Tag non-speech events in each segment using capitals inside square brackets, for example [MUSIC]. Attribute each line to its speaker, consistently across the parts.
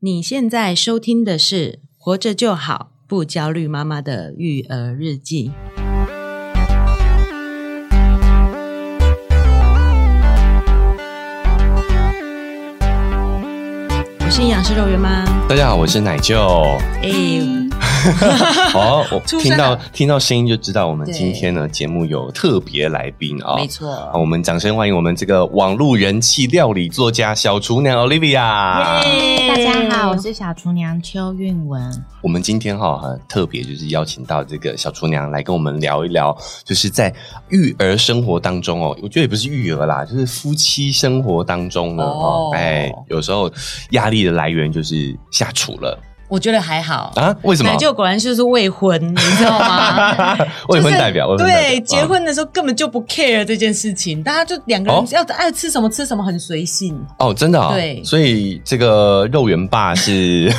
Speaker 1: 你现在收听的是《活着就好，不焦虑妈妈的育儿日记》。我是营养师肉圆妈。
Speaker 2: 大家好，我是奶
Speaker 1: [LAUGHS]
Speaker 2: 舅。
Speaker 1: 哎、
Speaker 2: 哦，我
Speaker 1: 出声
Speaker 2: 听到
Speaker 1: 了
Speaker 2: 听到声音就知道，我们
Speaker 1: 对
Speaker 2: 今天呢节目有特别来宾啊、
Speaker 1: 没
Speaker 2: 好，
Speaker 1: 错。
Speaker 2: 我们掌声欢迎我们这个网络人气料理作家小厨娘 Olivia。
Speaker 1: 耶
Speaker 3: 大家好，我是小厨娘邱韵文。
Speaker 2: 我们今天哈、很特别，就是邀请到这个小厨娘来跟我们聊一聊，就是在育儿生活当中哦，我觉得也不是育儿啦，就是夫妻生活当中呢，哦
Speaker 3: 哦，
Speaker 2: 哎，有时候压力的来源就是下厨了
Speaker 3: 我觉得还好，
Speaker 2: 啊？为什么
Speaker 1: 奶？舅果然就是未婚，你知道吗？
Speaker 2: [LAUGHS] 未婚代表，未
Speaker 1: 就是
Speaker 2: 婚代表
Speaker 1: 对，
Speaker 2: 嗯
Speaker 1: 结婚的时候根本就不 care 这件事情，大家就两个
Speaker 2: 哦
Speaker 1: 人要爱吃什么吃什么，很随性，
Speaker 2: 哦，真的啊、
Speaker 1: 对
Speaker 2: 所以这个肉圆爸是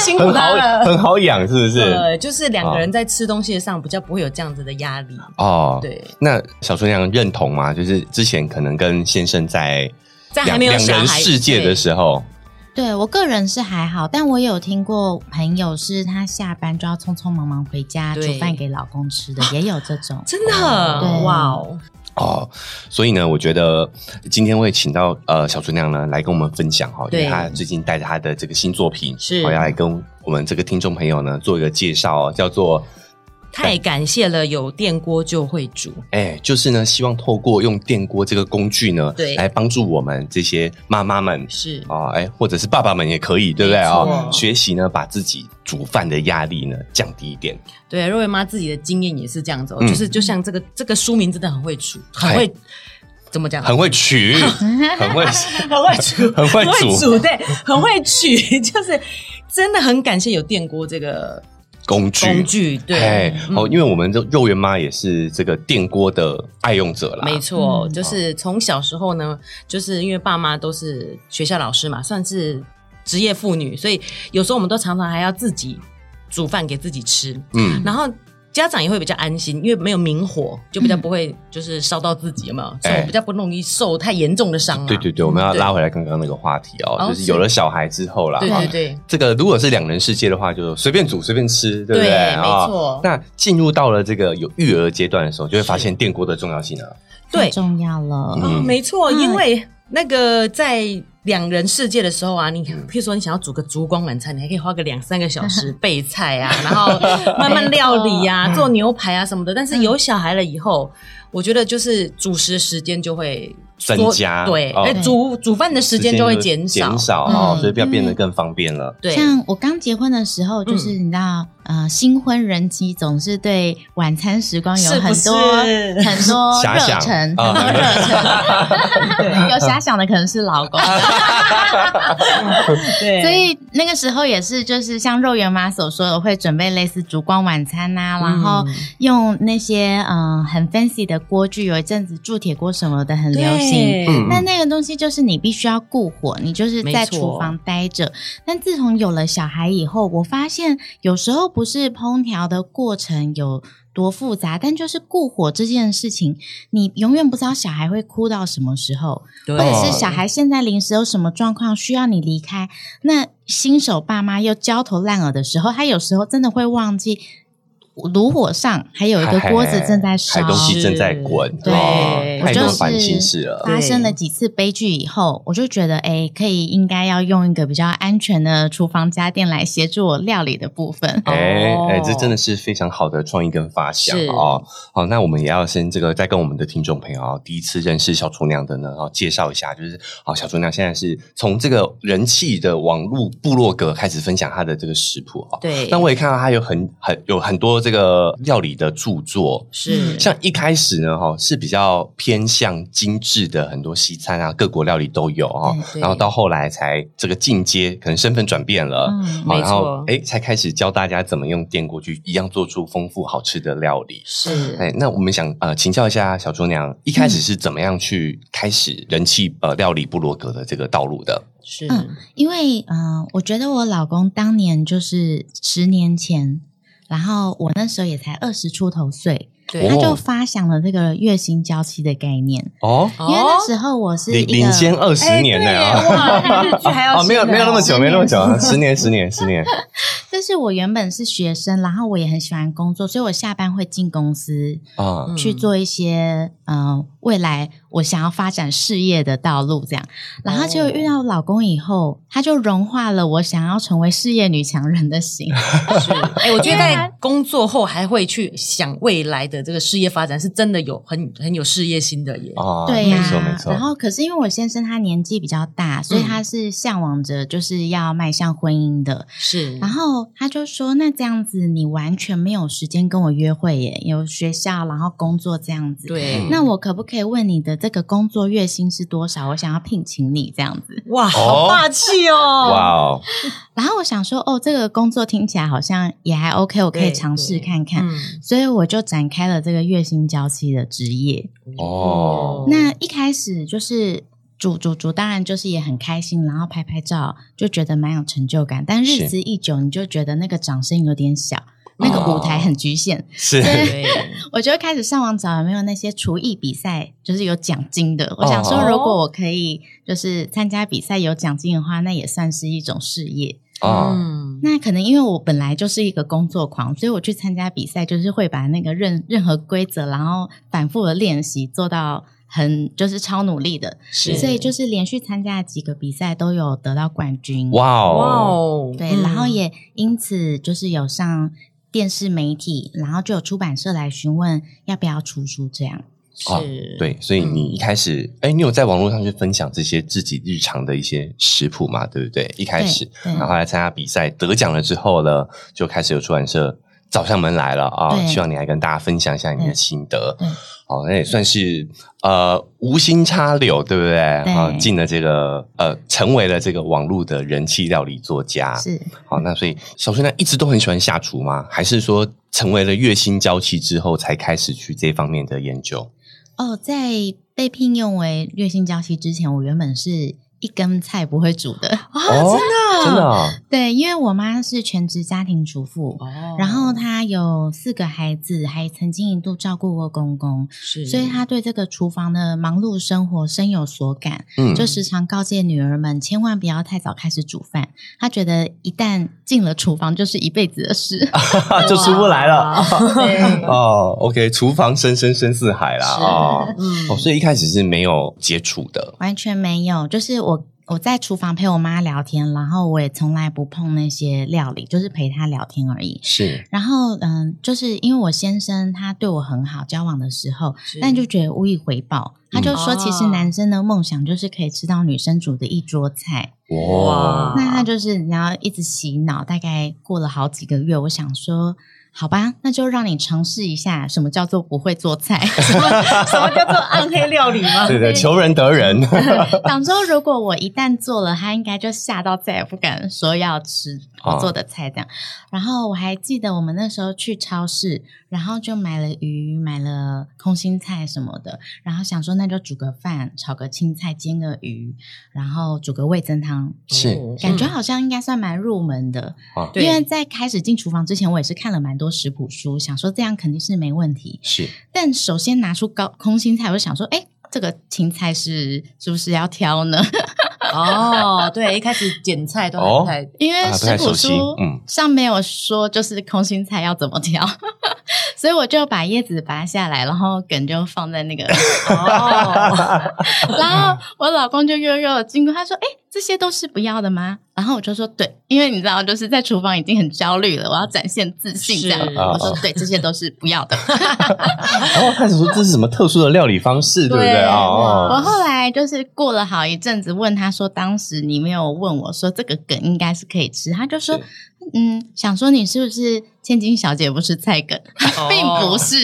Speaker 1: 辛苦
Speaker 2: 很
Speaker 1: [LAUGHS] 他
Speaker 2: 好
Speaker 1: 了。
Speaker 2: [LAUGHS] 很好养，是不是？
Speaker 1: 对，呃就是两个人在吃东西上比较不会有这样子的压力。
Speaker 2: 哦，。
Speaker 1: 对，
Speaker 2: 那小春娘认同吗？就是之前可能跟先生在
Speaker 1: 在还
Speaker 2: 两
Speaker 1: 没有
Speaker 2: 两
Speaker 1: 小
Speaker 2: 人
Speaker 1: 孩
Speaker 2: 世界的时候，
Speaker 3: 对我个人是还好，但我有听过朋友是她下班就要匆匆忙忙回家
Speaker 1: 对
Speaker 3: 煮饭给老公吃 [LAUGHS] 的，也有这种
Speaker 1: 对。真的
Speaker 3: 对
Speaker 1: 哇哦，
Speaker 2: 哦，所以呢，我觉得今天会请到呃小春娘呢来跟我们分享哈、哦，因为
Speaker 1: 对
Speaker 2: 她最近带着她的这个新作品，哦
Speaker 1: 是
Speaker 2: 我要来跟我们这个听众朋友呢做一个介绍、哦，叫做
Speaker 1: 太感谢了，有电锅就会煮。
Speaker 2: 哎，就是呢，希望透过用电锅这个工具呢，
Speaker 1: 对
Speaker 2: 来帮助我们这些妈妈们
Speaker 1: 是
Speaker 2: 啊，哎，或者是爸爸们也可以，对不对
Speaker 1: 没
Speaker 2: 啊、
Speaker 1: 错
Speaker 2: 学习呢，把自己煮饭的压力呢降低一点。
Speaker 1: 对，啊若薇妈自己的经验也是这样子、哦，
Speaker 2: 嗯
Speaker 1: 就是就像这个这个书名真的很会煮，很会怎么讲？
Speaker 2: 很
Speaker 1: [LAUGHS]
Speaker 2: 会取，很会，
Speaker 1: 很会煮，
Speaker 2: [LAUGHS] 很会煮
Speaker 1: 对，很会取， [LAUGHS] 就是真的很感谢有电锅这个
Speaker 2: 工具。
Speaker 1: 工具，对嗯
Speaker 2: 哎，，哦，因为我们这肉圆妈也是这个电锅的爱用者啦，
Speaker 1: 没错，
Speaker 3: 嗯
Speaker 1: 就是从小时候呢，就是因为爸妈都是学校老师嘛，算是职业妇女，所以有时候我们都常常还要自己煮饭给自己吃，
Speaker 2: 嗯，
Speaker 1: 然后。家长也会比较安心，因为没有明火，就比较不会就是烧到自己嘛，所以
Speaker 2: 哎
Speaker 1: 比较不容易受太严重的伤啊。
Speaker 2: 对对对，我们要
Speaker 1: 对
Speaker 2: 拉回来刚刚那个话题哦，
Speaker 1: 哦
Speaker 2: 就是有了小孩之后啦，
Speaker 1: 对
Speaker 2: 啊
Speaker 1: 对对，
Speaker 2: 这个如果是两人世界的话，就随便煮随便吃，对不对？
Speaker 1: 对
Speaker 2: 啊
Speaker 1: 没错
Speaker 2: 那进入到了这个有育儿阶段的时候，就会发现电锅的重要性啊。
Speaker 1: 对
Speaker 3: 太重要了。
Speaker 2: 嗯
Speaker 1: 哦，没错，
Speaker 3: 嗯
Speaker 1: 因为那个在两人世界的时候啊，你
Speaker 2: 嗯
Speaker 1: 譬如说你想要煮个烛光晚餐，你还可以花个两三个小时备菜
Speaker 2: [LAUGHS]
Speaker 1: 啊，然后慢慢料理啊，
Speaker 3: 没错
Speaker 1: 做牛排啊什么的。但是有小孩了以后，我觉得就是主食时间就会缩
Speaker 2: 增加
Speaker 1: 对，
Speaker 2: 哦
Speaker 1: 哎，煮煮饭的时间就会减
Speaker 2: 少，
Speaker 1: 少
Speaker 2: 减。少哦，
Speaker 1: 嗯
Speaker 2: 所以要变得更方便了。
Speaker 1: 对，
Speaker 3: 像我刚结婚的时候，就是你知道，呃，新婚人妻总是对晚餐时光有
Speaker 1: 是不
Speaker 3: 很多
Speaker 1: 是
Speaker 3: 很 [LAUGHS] 多
Speaker 2: 遐想
Speaker 3: 热忱，很
Speaker 2: 啊
Speaker 3: 多热忱。对， [LAUGHS] 有遐想的可能是老公，
Speaker 1: 对
Speaker 3: 所以那个时候也是，就是像肉圆妈所说的，会准备类似烛光晚餐呐、
Speaker 1: 嗯
Speaker 3: 然后用那些嗯、呃很 fancy 的锅具，有一阵子铸铁锅什么的很流行。
Speaker 1: 对
Speaker 2: 嗯
Speaker 3: 但那个东西就是你必须要顾火，你就是
Speaker 1: 没
Speaker 3: 在
Speaker 1: 错
Speaker 3: 厨房待着。但自从有了小孩以后，我发现有时候不是烹调的过程有多复杂，但就是顾火这件事情，你永远不知道小孩会哭到什么时候。
Speaker 1: 对
Speaker 2: 嗯
Speaker 1: 哦
Speaker 3: 或
Speaker 2: 哦
Speaker 3: 者是小孩现在临时有什么状况需要你离开，那新手爸妈又焦头烂额的时候，他有时候真的会忘记炉火上还有一个锅子正在烧
Speaker 2: 还。东西正在滚，
Speaker 3: 对
Speaker 2: 哦
Speaker 1: 我
Speaker 2: 太
Speaker 3: 我
Speaker 2: 多
Speaker 3: 就
Speaker 2: 烦心事
Speaker 3: 是
Speaker 2: 了。
Speaker 3: 发生了几次悲剧以后，我就觉得，哎，可以应该要用一个比较安全的厨房家电来协助我料理的部分。
Speaker 2: 哎
Speaker 1: 哦
Speaker 2: 哎，这真的是非常好的创意跟发想
Speaker 1: 是
Speaker 2: 哦。好，那我们也要先这个再跟我们的听众朋友啊，第一次认识小厨娘的呢，哦，介绍一下，就是好，小厨娘现在是从这个人气的网络部落格开始分享她的这个食谱哦。
Speaker 1: 对，
Speaker 2: 那我也看到她有很很有很多这个料理的著作，
Speaker 1: 是
Speaker 2: 像一开始呢，哈是比较偏向精致的，很多西餐啊，各国料理都有哦哈。
Speaker 3: 对
Speaker 1: 对
Speaker 2: 然后到后来才这个进阶，可能身份转变了，
Speaker 3: 嗯
Speaker 2: 好
Speaker 1: 没
Speaker 2: 然后
Speaker 1: 错
Speaker 2: 哎才开始教大家怎么用电锅去一样做出丰富好吃的料理。
Speaker 1: 是
Speaker 2: 哎，那我们想呃请教一下小厨娘，一开始是怎么样去开始人气呃料理部落格的这个道路的？
Speaker 1: 是
Speaker 3: 嗯因为嗯、呃我觉得我老公当年就是十年前，然后我那时候也才二十出头岁，
Speaker 1: 对
Speaker 3: 他就
Speaker 2: 哦
Speaker 3: 发想了这个月薪娇妻的概念。
Speaker 2: 哦，
Speaker 3: 因为那
Speaker 1: 哦
Speaker 3: 时候我是一
Speaker 2: 领
Speaker 3: 个
Speaker 2: 领先二十年呢
Speaker 4: 哎对耶
Speaker 2: [LAUGHS]
Speaker 4: 哇日剧还要
Speaker 2: 啊，没有
Speaker 4: 新的
Speaker 2: 没有那么久，
Speaker 3: 十年
Speaker 2: 没有那么久啊，十年十年十年，
Speaker 3: 就是我原本是学生，然后我也很喜欢工作，所以我下班会进公司
Speaker 2: 啊，
Speaker 3: 去做一些呃未来我想要发展事业的道路这样。然后就遇到老公以后，他就融化了我想要成为事业女强人
Speaker 2: [LAUGHS]
Speaker 3: 的心。
Speaker 2: 哦
Speaker 1: 是， [LAUGHS] 哎，我觉得
Speaker 3: 啊
Speaker 1: 在工作后还会去想未来的这个事业发展，是真的有很很有事业心的耶。
Speaker 2: 啊，
Speaker 3: 对呀、
Speaker 2: 没错没错
Speaker 3: 然，后，可是因为我先生他年纪比较大，所以
Speaker 1: 嗯
Speaker 3: 他是向往着就是要迈向婚姻的。
Speaker 1: 是，
Speaker 3: 然后他就说：“那这样子，你完全没有时间跟我约会耶，有学校，然后工作这样子。”。
Speaker 1: 对，
Speaker 3: 那我可不可以问你的这个工作月薪是多少？我想要聘请你这样子。
Speaker 1: 哇，好霸气哦！
Speaker 2: 哇哦，
Speaker 3: 然后我想说，哦，这个工作听起来好像也还 OK，我可以
Speaker 1: 对
Speaker 3: 尝试
Speaker 1: 对
Speaker 3: 看看。
Speaker 1: 嗯，
Speaker 3: 所以我就展开了这个月薪娇妻的职业。
Speaker 2: 哦
Speaker 3: 那一开始就是煮煮煮，当然就是也很开心，然后拍拍照，就觉得蛮有成就感。但日
Speaker 2: 是
Speaker 3: 子一久，你就觉得那个掌声有点小，那
Speaker 2: 哦
Speaker 3: 个舞台很局限。
Speaker 2: 是 [LAUGHS]
Speaker 1: 对，
Speaker 3: 我就开始上网找有没有那些厨艺比赛，就是有奖金的。我想说
Speaker 2: 哦，
Speaker 3: 如果我可以就是参加比赛有奖金的话，那也算是一种事业。
Speaker 2: 啊，
Speaker 1: 嗯，
Speaker 3: 那可能因为我本来就是一个工作狂，所以我去参加比赛就是会把那个任任何规则，然后反复的练习，做到很就是超努力的。
Speaker 1: 是，
Speaker 3: 所以就是连续参加几个比赛都有得到冠军。！
Speaker 2: 哇
Speaker 1: 哇
Speaker 2: 哦，
Speaker 1: 哦，
Speaker 3: 对，然后也因此就是有上电视媒体，然后就有出版社来询问要不要出书这样。
Speaker 2: 啊
Speaker 1: 是，
Speaker 2: 对，所
Speaker 3: 嗯
Speaker 2: 以你一开始，哎，你有在网络上去分享这些自己日常的一些食谱嘛？对不对？一开始，
Speaker 3: 对
Speaker 2: 然后来参加比赛得奖了之后呢，就开始有出版社找上门来了啊！
Speaker 3: 对
Speaker 2: 希望你来跟大家分享一下你的
Speaker 3: 对
Speaker 2: 心得
Speaker 3: 对。
Speaker 2: 哦，那也算是呃无心插柳，对不对？啊，进了这个呃，成为了这个网络的人气料理作家。
Speaker 3: 是
Speaker 2: 好，那所以小春呢一直都很喜欢下厨吗？还是说成为了月薪娇妻之后才开始去这方面的研究？
Speaker 3: 哦，在被聘用为月薪娇妻之前，我原本是一根菜不会煮的。
Speaker 2: 哦，真的哦，
Speaker 3: 对，因为我妈是全职家庭主妇。
Speaker 1: 哦，
Speaker 3: 然后她有四个孩子，还曾经一度照顾过公公，
Speaker 1: 是，
Speaker 3: 所以她对这个厨房的忙碌生活深有所感。
Speaker 2: 嗯，
Speaker 3: 就时常告诫女儿们千万不要太早开始煮饭。她觉得一旦进了厨房就是一辈子的事。
Speaker 2: [LAUGHS] 就出不来了。
Speaker 1: [LAUGHS] 对，
Speaker 2: 哦，OK，厨房深深深似海啦
Speaker 1: 是
Speaker 2: [LAUGHS] 哦。
Speaker 1: 嗯
Speaker 2: 哦，所以一开始是没有接触的
Speaker 3: [LAUGHS] 完全没有，就是我我在厨房陪我妈聊天，然后我也从来不碰那些料理，就是陪她聊天而已。
Speaker 2: 是
Speaker 3: 然后嗯，就是因为我先生他对我很好，交往的时候，但就觉得无以回报。他就说，
Speaker 1: 嗯
Speaker 3: 其实男生的梦想就是可以吃到女生煮的一桌菜。
Speaker 1: 哇
Speaker 3: 那他就是你要一直洗脑，大概过了好几个月，我想说。好吧，那就让你尝试一下什么叫做不会做菜，什么什么叫做暗黑料理
Speaker 2: [LAUGHS]
Speaker 3: 吗？
Speaker 2: 对对，求人得人，
Speaker 1: 嗯
Speaker 3: 想说，如果我一旦做了，他应该就吓到再也不敢说要吃我做的菜这样。然后我还记得我们那时候去超市，然后就买了鱼，买了空心菜什么的，然后想说那就煮个饭，炒个青菜，煎个鱼，然后煮个味增汤。
Speaker 2: [LAUGHS] 是
Speaker 1: 哦
Speaker 3: 感
Speaker 1: 嗯
Speaker 3: 觉好像应该算蛮入门的，
Speaker 2: 嗯啊，
Speaker 1: 对
Speaker 3: 因为在开始进厨房之前，我也是看了蛮多食谱书，想说这样肯定是没问题。
Speaker 2: 是
Speaker 3: 但首先拿出高空心菜，我就想说，哎，这个芹菜是是不是要挑呢？ [LAUGHS]
Speaker 1: 哦，对，一开始剪菜都很快，
Speaker 3: 因为
Speaker 2: 啊不
Speaker 3: 食
Speaker 2: 太
Speaker 3: 谱
Speaker 2: 熟悉
Speaker 3: 书
Speaker 2: 嗯
Speaker 3: 上没有说就是空心菜要怎么挑， [LAUGHS] 所以我就把叶子拔下来，然后梗就放在那个，
Speaker 1: 哦，
Speaker 3: [LAUGHS] 然后我老公就悠悠的经过，他说：“哎，这些都是不要的吗？”然后我就说：“对，因为你知道，就是在厨房已经很焦虑了，我要展现自信这样。”
Speaker 1: 是
Speaker 3: 我说：“对，这些都是不要的。”
Speaker 2: 哦，开始说这是什么特殊的料理方式，对不对
Speaker 1: 对
Speaker 2: 啊？
Speaker 1: 哇
Speaker 2: 哦
Speaker 3: 我后来就是过了好一阵子，问他说，当时你没有问我说这个梗应该是可以吃，他就说
Speaker 2: 是，
Speaker 3: 嗯，想说你是不是千金小姐不吃菜梗，并
Speaker 1: 哦
Speaker 3: 不是。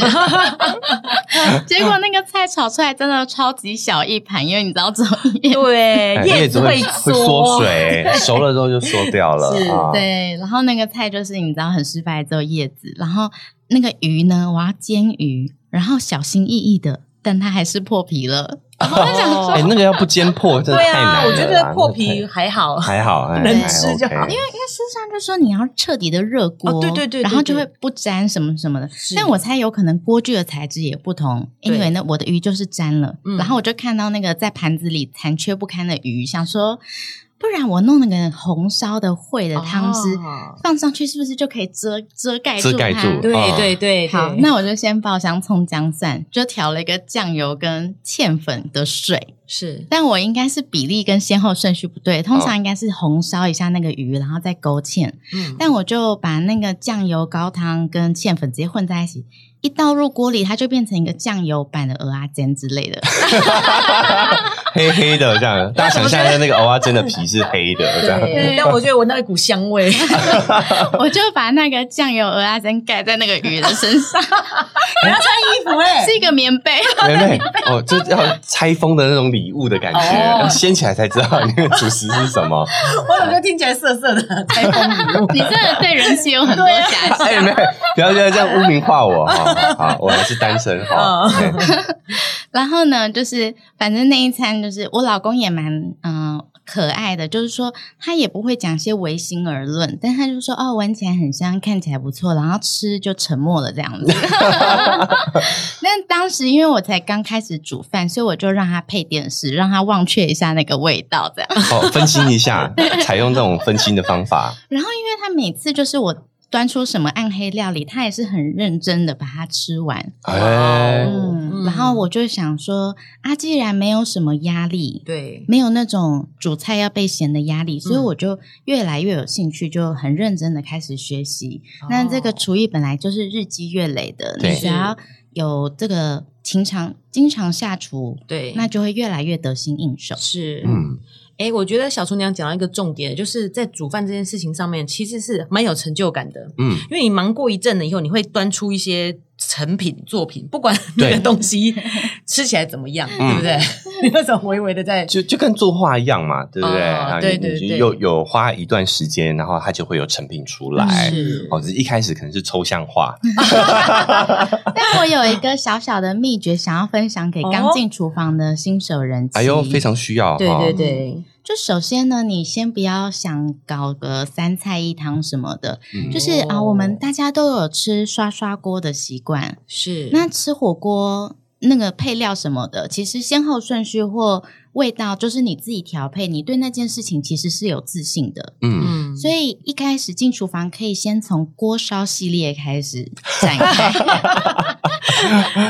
Speaker 3: [LAUGHS] 结果那个菜炒出来真的超级小一盘，因为你知道怎么腌。
Speaker 1: 对
Speaker 2: 哎，
Speaker 1: 叶子
Speaker 2: 会会缩
Speaker 1: 缩， [LAUGHS]
Speaker 2: 水，熟了之后就缩掉了
Speaker 1: 是
Speaker 2: 啊。
Speaker 3: 对，然后那个菜就是你知道很失败，只有叶子。然后那个鱼呢，我要煎鱼，然后小心翼翼的，但它还是破皮了。我想说
Speaker 2: 哎、那个要不煎
Speaker 1: [LAUGHS]
Speaker 2: 破，真的
Speaker 1: 对
Speaker 2: 太难
Speaker 1: 啊，
Speaker 2: 了
Speaker 1: 我
Speaker 2: 啦。
Speaker 1: 觉得破皮
Speaker 2: 那个
Speaker 1: 还好，
Speaker 2: 太还好，哎
Speaker 1: 能
Speaker 2: 还
Speaker 1: 吃就
Speaker 2: OK
Speaker 1: 好因
Speaker 3: 因为因为书上就说你要彻底的热锅，
Speaker 1: 哦对对对对
Speaker 3: 然后就
Speaker 1: 对
Speaker 3: 会不沾什么什么的。但我猜有可能锅具的材质也不同，因
Speaker 1: 对
Speaker 3: 为呢我的鱼就是沾了，
Speaker 1: 嗯
Speaker 3: 然后我就看到那个在盘子里残缺不堪的鱼，想说不然我弄那个红烧的烩的汤汁、
Speaker 1: 哦
Speaker 3: 放上去，是不是就可以遮遮盖住
Speaker 2: 遮盖
Speaker 3: 它
Speaker 2: 住
Speaker 1: 对
Speaker 2: 哦
Speaker 1: 对对，
Speaker 3: 好，
Speaker 1: 对
Speaker 3: 那我就先爆香葱姜蒜，就调了一个酱油跟芡粉的水，
Speaker 1: 是
Speaker 3: 但我应该是比例跟先后顺序不对，通
Speaker 2: 哦
Speaker 3: 常应该是红烧一下那个鱼，然后再勾芡。
Speaker 1: 嗯，
Speaker 3: 但我就把那个酱油高汤跟芡粉直接混在一起，一倒入锅里，它就变成一个酱油版的鹅啊煎之类的。
Speaker 2: 黑黑的这样，大家想象一下那个蚵仔煎的皮是黑的这样。
Speaker 1: 对，但我觉得闻到一股香 [LAUGHS] 味，
Speaker 3: 我就把那个酱油鹅啊煎盖在那个鱼的身上，
Speaker 1: 你要穿衣服欸嘞，
Speaker 3: 是一个棉被。
Speaker 2: [LAUGHS]
Speaker 3: [LAUGHS]
Speaker 2: 妹妹，哦，这要拆封的那种礼物的感觉，
Speaker 1: 哦
Speaker 2: 要掀起来才知道那个主食是什
Speaker 1: [LAUGHS]
Speaker 2: 么。
Speaker 1: 我怎么就听起来涩涩的？台风礼物
Speaker 3: 你真的对人气有很多遐想。
Speaker 2: 哎，妹妹，不要不要这样污名化我
Speaker 1: [LAUGHS]
Speaker 2: 哈！好，我还是单身哈
Speaker 1: 哦。
Speaker 2: 对
Speaker 3: 然后呢，就是反正那一餐就是我老公也蛮嗯、呃可爱的，就是说他也不会讲些违心而论，但他就说哦闻起来很香，看起来不错，然后吃就沉默了这样子。 [LAUGHS] 但当时因为我才刚开始煮饭，所以我就让他配电视，让他忘却一下那个味道这样。 [LAUGHS]
Speaker 1: 嗯
Speaker 2: 哦，分心一下，采用这种分心的方法。
Speaker 3: 然后因为他每次就是我。端出什么暗黑料理，他也是很认真的把它吃完。
Speaker 1: 哦
Speaker 2: 哎，
Speaker 3: 嗯，然后我就想说，啊，既然没有什么压力，
Speaker 1: 对，
Speaker 3: 没有那种煮菜要被嫌的压
Speaker 2: 嗯
Speaker 3: 力，所以我就越来越有兴趣，就很认真的开始学习。那
Speaker 1: 哦
Speaker 3: 这个厨艺本来就是日积月累的，
Speaker 2: 哦对
Speaker 3: 你只要有这个经常经常下厨，
Speaker 1: 对，
Speaker 3: 那就会越来越得心
Speaker 2: [LAUGHS]
Speaker 3: 应手。
Speaker 1: 是
Speaker 2: 嗯，
Speaker 1: 哎，我觉得小厨娘讲到一个重点，就是在煮饭这件事情上面，其实是蛮有成就感的。
Speaker 2: 嗯，
Speaker 1: 因为你忙过一阵了以后，你会端出一些成品作品，不管那
Speaker 2: 对
Speaker 1: 个东西吃起来怎么样，
Speaker 2: 嗯
Speaker 1: 对不
Speaker 2: [LAUGHS]
Speaker 1: 对？你那种微微的在
Speaker 2: 就就跟作画一样嘛，对不对？
Speaker 1: 哦
Speaker 2: 啊
Speaker 1: 对
Speaker 2: 你
Speaker 1: 对
Speaker 2: 你
Speaker 1: 对
Speaker 2: 有有花一段时间，然后它就会有成品出来。
Speaker 1: 是嗯
Speaker 2: 哦，只是一开始可能是抽象化，
Speaker 3: 但我有一个小小的秘诀，想要分享给刚
Speaker 1: 哦
Speaker 3: 进厨房的新手人。
Speaker 2: 哎呦，非。常需要。
Speaker 1: 对
Speaker 2: 哈
Speaker 1: 对对，
Speaker 3: 就首先呢，你先不要想搞个三菜一汤什么的，
Speaker 2: 嗯
Speaker 3: 就是啊、
Speaker 1: 哦
Speaker 3: 我们大家都有吃刷刷锅的习惯，
Speaker 1: 是
Speaker 3: 那吃火锅那个配料什么的，其实先后顺序或味道就是你自己调配，你对那件事情其实是有自信的。
Speaker 2: 嗯，
Speaker 1: 嗯，
Speaker 3: 所以一开始进厨房可以先从锅烧系列
Speaker 1: [LAUGHS]
Speaker 3: 开始展开，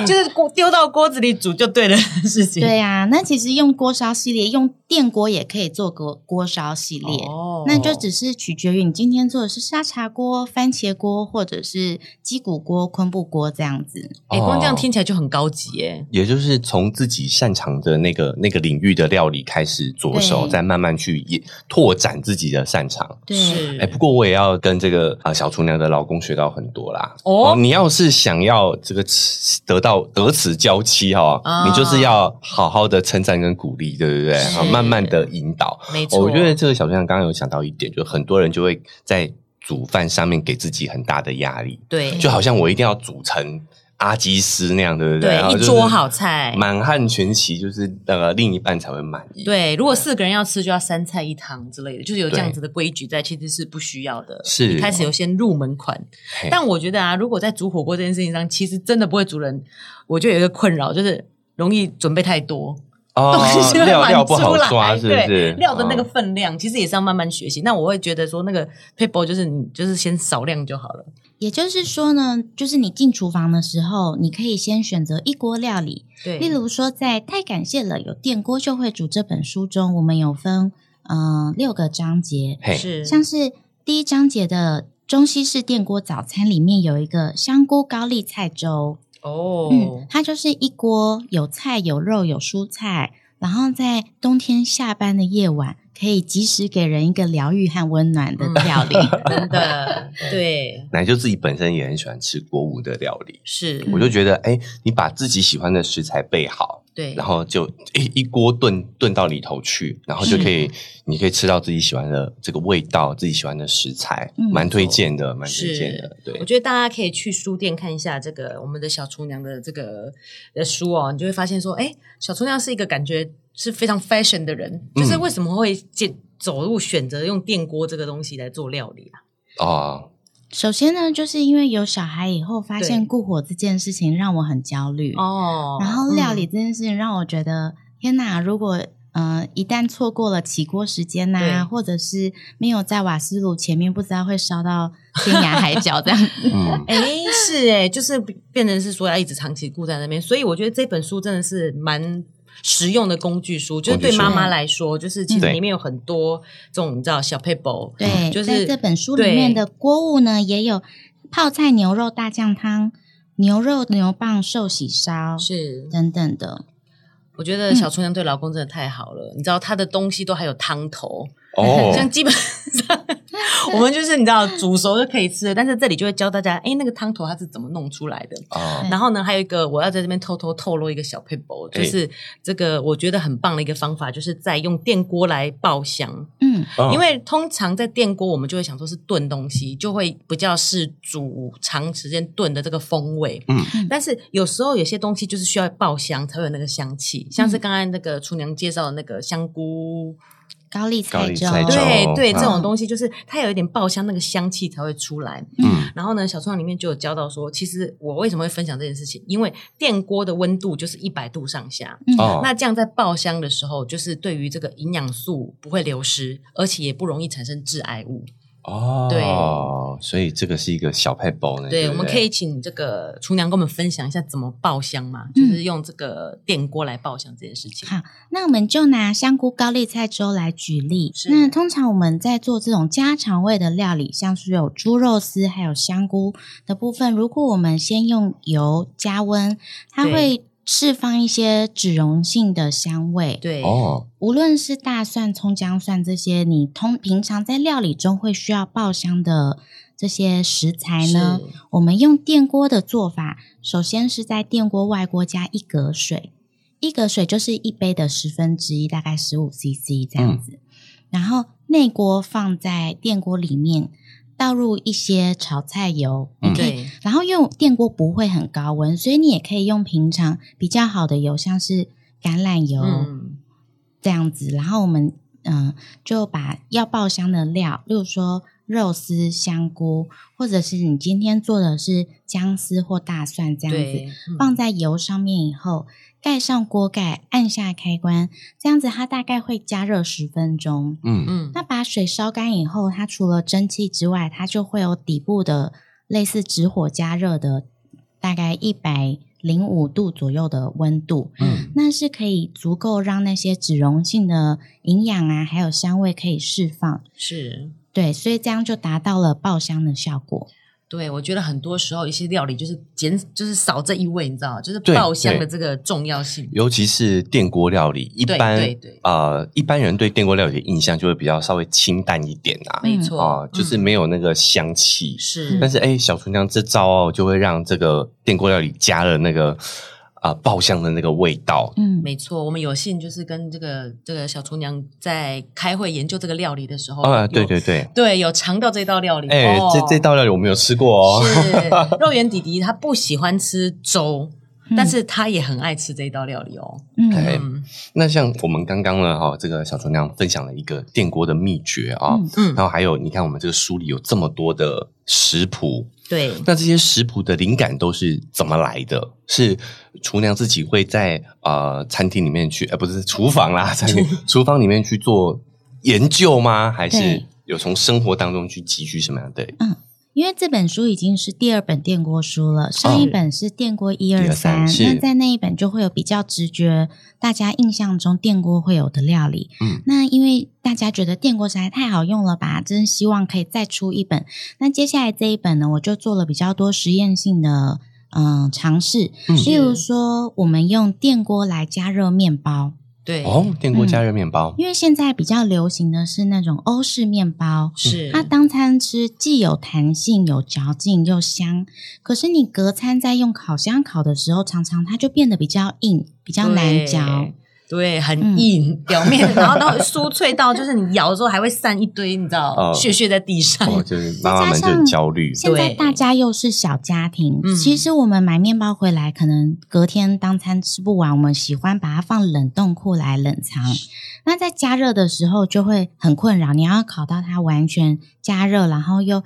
Speaker 1: 就是锅丢到锅子里煮就对了事情。
Speaker 3: 对呀、那其实用锅烧系列，用电锅也可以做锅锅烧系列。
Speaker 1: 哦
Speaker 3: 那就只是取决于你今天做的是沙茶锅、番茄锅，或者是鸡骨锅、昆布锅这样子。
Speaker 1: 哎，光这样听
Speaker 2: 哦，
Speaker 1: 起来就很高级耶。
Speaker 2: 也就是从自己擅长的那个那个领域的料理开始着手，
Speaker 3: 对
Speaker 2: 再慢慢去也拓展自己的擅长。
Speaker 3: 对，
Speaker 1: 是
Speaker 2: 哎，不过我也要跟这个啊、小厨娘的老公学到很多啦。
Speaker 1: 哦
Speaker 2: 你要是想要这个吃得到得此娇妻哈、
Speaker 1: 啊
Speaker 2: 你就是要好好的称赞跟鼓励，对不对？
Speaker 1: 是
Speaker 2: 好慢慢的引导。
Speaker 1: 没错，
Speaker 2: 哦我觉得这个小厨娘刚刚有讲到一点，就很多人就会在煮饭上面给自己很大的压力，
Speaker 1: 对，
Speaker 2: 就好像我一定要煮成阿基斯那样，对不
Speaker 1: 对
Speaker 2: 然后就
Speaker 1: 一
Speaker 2: 是
Speaker 1: 桌好菜。
Speaker 2: 满汉全席，就是那个另一半才会满意。。
Speaker 1: 对，如果四个人要吃，就要三菜一汤之类的，就是有这样子的规矩在，其实是不需要的。
Speaker 2: 是
Speaker 1: 一开始有先入门款，
Speaker 2: 嘿
Speaker 1: 但我觉得啊，如果在煮火锅这件事情上，其实真的不会煮人，我就有一个困扰，就是容易准备太多， [LAUGHS]
Speaker 2: 哦
Speaker 1: 东西，会
Speaker 2: 料
Speaker 1: 满
Speaker 2: 料不好
Speaker 1: 出来
Speaker 2: 抓，是不
Speaker 1: 对
Speaker 2: 是？
Speaker 1: 料的那个
Speaker 2: 哦
Speaker 1: 分量，其实也是要慢慢学习。那我会觉得说，那个 paper 就是你就是先少量就好了。
Speaker 3: 也就是说呢，就是你进厨房的时候，你可以先选择一锅料理，
Speaker 1: 对，
Speaker 3: 例如说在《太感谢了有电锅就会煮》这本书中，我们有分呃六个章节，
Speaker 2: 嘿，
Speaker 1: 是
Speaker 3: 像是第一章节的中西式电锅早餐里面有一个香菇高丽菜粥，
Speaker 1: 哦，
Speaker 3: 嗯，它就是一锅有菜有肉有蔬菜，然后在冬天下班的夜晚，可以及时给人一个疗愈和温暖
Speaker 1: 嗯
Speaker 3: 的料
Speaker 1: [LAUGHS]
Speaker 3: 理。
Speaker 1: 真的，对，
Speaker 2: 奶就自己本身也很喜欢吃国物的料理，
Speaker 1: 是，
Speaker 2: 我就觉得，哎，你把自己喜欢的食材备好，
Speaker 1: 对，
Speaker 2: 然后就哎一一锅炖炖到里头去，然后就可
Speaker 1: 嗯
Speaker 2: 以，你可以吃到自己喜欢的这个味道，自己喜欢的食材，
Speaker 3: 嗯
Speaker 2: 蛮推荐的，蛮推荐
Speaker 1: 是
Speaker 2: 的。，对
Speaker 1: 我，觉得大家可以去书店看一下这个我们的小厨娘的这个呃书哦，你就会发现说，哎，小厨娘是一个感觉是非常 fashion 的人，
Speaker 2: 嗯
Speaker 1: 就是为什么会进走入选择用电锅这个东西来做料理啊？
Speaker 2: 哦，
Speaker 3: 首先呢，就是因为有小孩以后，发现
Speaker 1: 对
Speaker 3: 顾火这件事情让我很焦虑。
Speaker 1: 哦
Speaker 3: 然后料理
Speaker 1: 嗯
Speaker 3: 这件事情让我觉得，天哪！如果呃一旦错过了起锅时间呐、
Speaker 1: 对
Speaker 3: 或者是没有在瓦斯炉前面，不知道会烧到天涯海角这
Speaker 1: [LAUGHS]
Speaker 3: 样。
Speaker 2: 嗯，
Speaker 1: 哎、是哎、就是变成是说要一直长期顾在那边，所以我觉得这本书真的是蛮实用的工具书，就是
Speaker 2: 工具
Speaker 1: 对
Speaker 2: 书
Speaker 1: 妈
Speaker 3: 嗯
Speaker 1: 妈来说，就是其实
Speaker 2: 对
Speaker 1: 里面有很多这种你知道小 paper，
Speaker 3: 对，
Speaker 1: 就是
Speaker 3: 在这本书里面的锅物呢，也有泡菜牛肉大酱汤、牛肉牛蒡寿喜烧
Speaker 1: 是
Speaker 3: 等等的。
Speaker 1: 我觉得小厨娘对老公真的太好了，你知道她的东西都还有汤头，
Speaker 2: 哦，
Speaker 1: 像基本上 [LAUGHS] 我们就是你知道煮熟就可以吃了，但是这里就会教大家，哎，那个汤头它是怎么弄出来的。
Speaker 2: 啊
Speaker 3: 对，
Speaker 1: 然后呢，还有一个我要在这边偷偷透露一个小 p a
Speaker 2: 哎
Speaker 1: 就是这个我觉得很棒的一个方法，就是在用电锅来爆香，
Speaker 3: 嗯，
Speaker 2: 嗯
Speaker 1: 因为通常在电锅我们就会想说是炖东西，就会比较是煮长时间炖的这个风味。
Speaker 2: 嗯
Speaker 1: 但是有时候有些东西就是需要爆香才会有那个香
Speaker 2: 嗯
Speaker 1: 气，像是刚刚那个厨娘介绍的那个香菇，
Speaker 3: 高丽
Speaker 2: 高
Speaker 3: 菜
Speaker 2: 丽
Speaker 3: 粥，
Speaker 2: 菜粥
Speaker 1: 对对，
Speaker 2: 嗯
Speaker 1: 这种东西就是它有一点爆香，那个香气才会出来。
Speaker 2: 嗯，
Speaker 1: 然后呢，小创里面就有教到说，其实我为什么会分享这件事情，因为电锅的温度就是一百度上下，
Speaker 3: 嗯
Speaker 2: 哦，
Speaker 1: 那这样在爆香的时候，就是对于这个营养素不会流失，而且也不容易产生致癌物。
Speaker 2: 哦，所以这个是一个小配包呢，
Speaker 1: 对，
Speaker 2: 不
Speaker 1: 我们可以请这个厨娘跟我们分享一下怎么爆香嘛，就是用这个电锅来爆香这件事情。
Speaker 3: 嗯好那我们就拿香菇高丽菜粥来举例
Speaker 1: 是。
Speaker 3: 那通常我们在做这种家常味的料理，像是有猪肉丝还有香菇的部分，如果我们先用油加温，它
Speaker 1: 对
Speaker 3: 会释放一些脂溶性的香味。
Speaker 1: 对，
Speaker 2: 哦，
Speaker 3: 无论是大蒜、葱、姜、蒜这些你通平常在料理中会需要爆香的这些食材呢，
Speaker 1: 是
Speaker 3: 我们用电锅的做法，首先是在电锅外锅加一格水，一格水就是一杯的十分之一，大概十五 CC 这样子。然后内锅放在电锅里面，倒入一些炒菜油，
Speaker 2: 嗯
Speaker 3: 你可以
Speaker 1: 对，
Speaker 3: 然后用电锅不会很高温，所以你也可以用平常比较好的油，像是橄榄油、
Speaker 1: 嗯，
Speaker 3: 这样子，然后我们嗯、呃就把要爆香的料，例如说肉丝、香菇，或者是你今天做的是姜丝或大蒜这样
Speaker 1: 对
Speaker 3: 子，，
Speaker 1: 嗯
Speaker 3: 放在油上面以后，盖上锅盖，按下开关，这样子它大概会加热十分钟。
Speaker 2: 嗯
Speaker 1: 嗯，
Speaker 3: 那把水烧干以后，它除了蒸汽之外，它就会有底部的类似直火加热的，大概一百零五度左右的温度。
Speaker 2: 嗯
Speaker 3: 那是可以足够让那些脂溶性的营养啊，还有香味可以释放。
Speaker 1: 是。
Speaker 3: 对，所以这样就达到了爆香的效果。
Speaker 1: 对，我觉得很多时候一些料理就是减，就是少这一味，你知道吗，就是
Speaker 2: 对
Speaker 1: 爆香
Speaker 2: 对
Speaker 1: 的这个重要性。
Speaker 2: 尤其是电锅料理，一
Speaker 1: 对
Speaker 2: 般
Speaker 1: 对对
Speaker 2: 呃，一般人对电锅料理的印象就会比较稍微清淡一点啊，
Speaker 1: 没错，
Speaker 2: 啊、就是
Speaker 1: 嗯
Speaker 2: 没有那个香气。
Speaker 1: 是，
Speaker 2: 但是哎，小厨娘这招哦，就会让这个电锅料理加了那个啊、爆香的那个味道。
Speaker 3: 嗯，
Speaker 1: 没错，我们有幸就是跟这个这个小厨娘在开会研究这个料理的时候，哦
Speaker 2: 啊，
Speaker 1: 有
Speaker 2: 对对对，
Speaker 1: 对，有尝到这道料理。
Speaker 2: 哎、
Speaker 1: 哦
Speaker 2: 这这道料理我们有吃过哦。 [LAUGHS]
Speaker 1: 是肉圆弟弟，他不喜欢吃粥，
Speaker 3: 嗯
Speaker 1: 但是他也很爱吃这一道料理哦。
Speaker 3: 嗯
Speaker 2: 哎
Speaker 1: 嗯
Speaker 2: 那像我们刚刚呢，哈、这个小厨娘分享了一个电锅的秘诀啊、
Speaker 3: 嗯
Speaker 1: 嗯，
Speaker 2: 然后还有你看我们这个书里有这么多的食谱，
Speaker 1: 对，
Speaker 2: 那这些食谱的灵感都是怎么来的？是厨娘自己会在呃餐厅里面去，呃不是厨房啦，餐厅厨房里面去做研究吗？还是
Speaker 3: 对
Speaker 2: 有从生活当中去汲取什么样的？
Speaker 3: 因为这本书已经是第二本电锅书了，上一本是电锅一二
Speaker 2: 123
Speaker 3: 三，
Speaker 2: 是
Speaker 3: 那在那一本就会有比较直觉大家印象中电锅会有的料理。
Speaker 2: 嗯，
Speaker 3: 那因为大家觉得电锅实在太好用了吧，真希望可以再出一本。那接下来这一本呢，我就做了比较多实验性的嗯尝试，
Speaker 2: 嗯
Speaker 3: 例如说我们用电锅来加热面包。
Speaker 1: 对，
Speaker 2: 哦，电锅加热面包，
Speaker 3: 因为现在比较流行的是那种欧式面包，
Speaker 1: 是
Speaker 3: 它当餐吃既有弹性、有嚼劲又香，可是你隔餐在用烤箱烤的时候，常常它就变得比较硬，比较难嚼。
Speaker 1: 对，很
Speaker 3: 嗯
Speaker 1: 硬，表面 [LAUGHS] 然后都酥脆到，就是你咬的时候还会散一堆，你知道，
Speaker 2: 哦
Speaker 1: 屑屑在地上。
Speaker 2: 哦，就是妈妈们就
Speaker 3: 再加
Speaker 2: 很
Speaker 3: 上
Speaker 2: 焦虑，
Speaker 3: 现在
Speaker 1: 对
Speaker 3: 大家又是小家庭
Speaker 1: 嗯，
Speaker 3: 其实我们买面包回来，可能隔天当餐吃不完，我们喜欢把它放冷冻库来冷藏。那在加热的时候就会很困扰，你要烤到它完全加热，然后又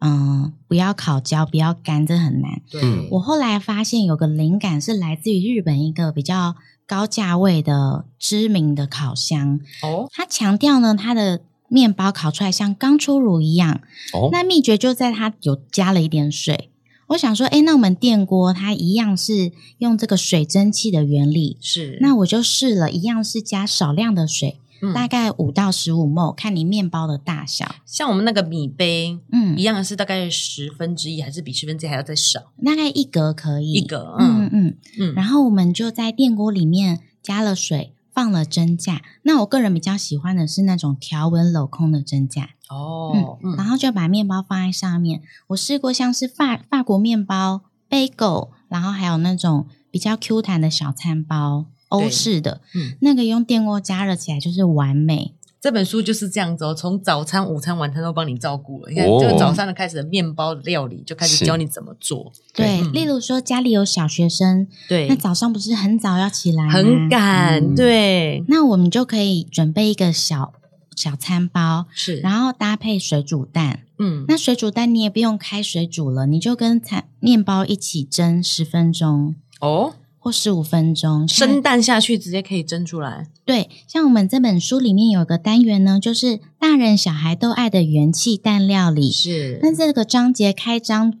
Speaker 3: 嗯不要烤焦，不要干，这很难。
Speaker 1: 对，
Speaker 2: 嗯
Speaker 3: 我后来发现有个灵感是来自于日本一个比较高价位的知名的烤箱，
Speaker 1: 哦，
Speaker 3: 它强调呢它的。面包烤出来像刚出炉一样，
Speaker 2: 哦，
Speaker 3: 那秘诀就在它有加了一点水。我想说，哎，那我们电锅它一样是用这个水蒸气的原理，
Speaker 1: 是
Speaker 3: 那我就试了一样是加少量的水，
Speaker 1: 嗯
Speaker 3: 大概五到十五 ml，看你面包的大小。
Speaker 1: 像我们那个米杯
Speaker 3: 嗯
Speaker 1: 一，样是大概十分之一，还是比十分之一还要再少
Speaker 3: 大概一格可以。
Speaker 1: 一。个？
Speaker 3: 嗯
Speaker 1: 嗯
Speaker 3: 嗯。
Speaker 1: 嗯，
Speaker 3: 然后我们就在电锅里面加了水，放了蒸架。那我个人比较喜欢的是那种条纹镂空的蒸架。
Speaker 1: 哦，嗯
Speaker 3: 然后就把面包放在上面。我试过像是法法国面包、bagel，然后还有那种比较 Q 弹的小餐包，欧式的
Speaker 1: 嗯，
Speaker 3: 那个用电锅加热起来就是完美。
Speaker 1: 这本书就是这样子哦，从早餐、午餐、晚餐都帮你照顾了。你看，
Speaker 2: 哦
Speaker 1: 这个早上的开始的面包料理就开始
Speaker 2: 是
Speaker 1: 教你怎么做。
Speaker 3: 对，
Speaker 1: 嗯
Speaker 3: 例如说家里有小学生，
Speaker 1: 对
Speaker 3: 那，早上不是很早要起来吗
Speaker 1: 很赶，
Speaker 2: 嗯
Speaker 1: 对，
Speaker 3: 那我们就可以准备一个小小餐包，
Speaker 1: 是，
Speaker 3: 然后搭配水煮蛋。
Speaker 1: 嗯，
Speaker 3: 那水煮蛋你也不用开水煮了，你就跟餐面包一起蒸十分钟
Speaker 1: 哦，
Speaker 3: 或十五分钟，
Speaker 1: 生蛋下去直接可以蒸出来。
Speaker 3: 对，像我们这本书里面有个单元呢，就是大人小孩都爱的元气蛋料理。
Speaker 1: 是
Speaker 3: 那这个章节开章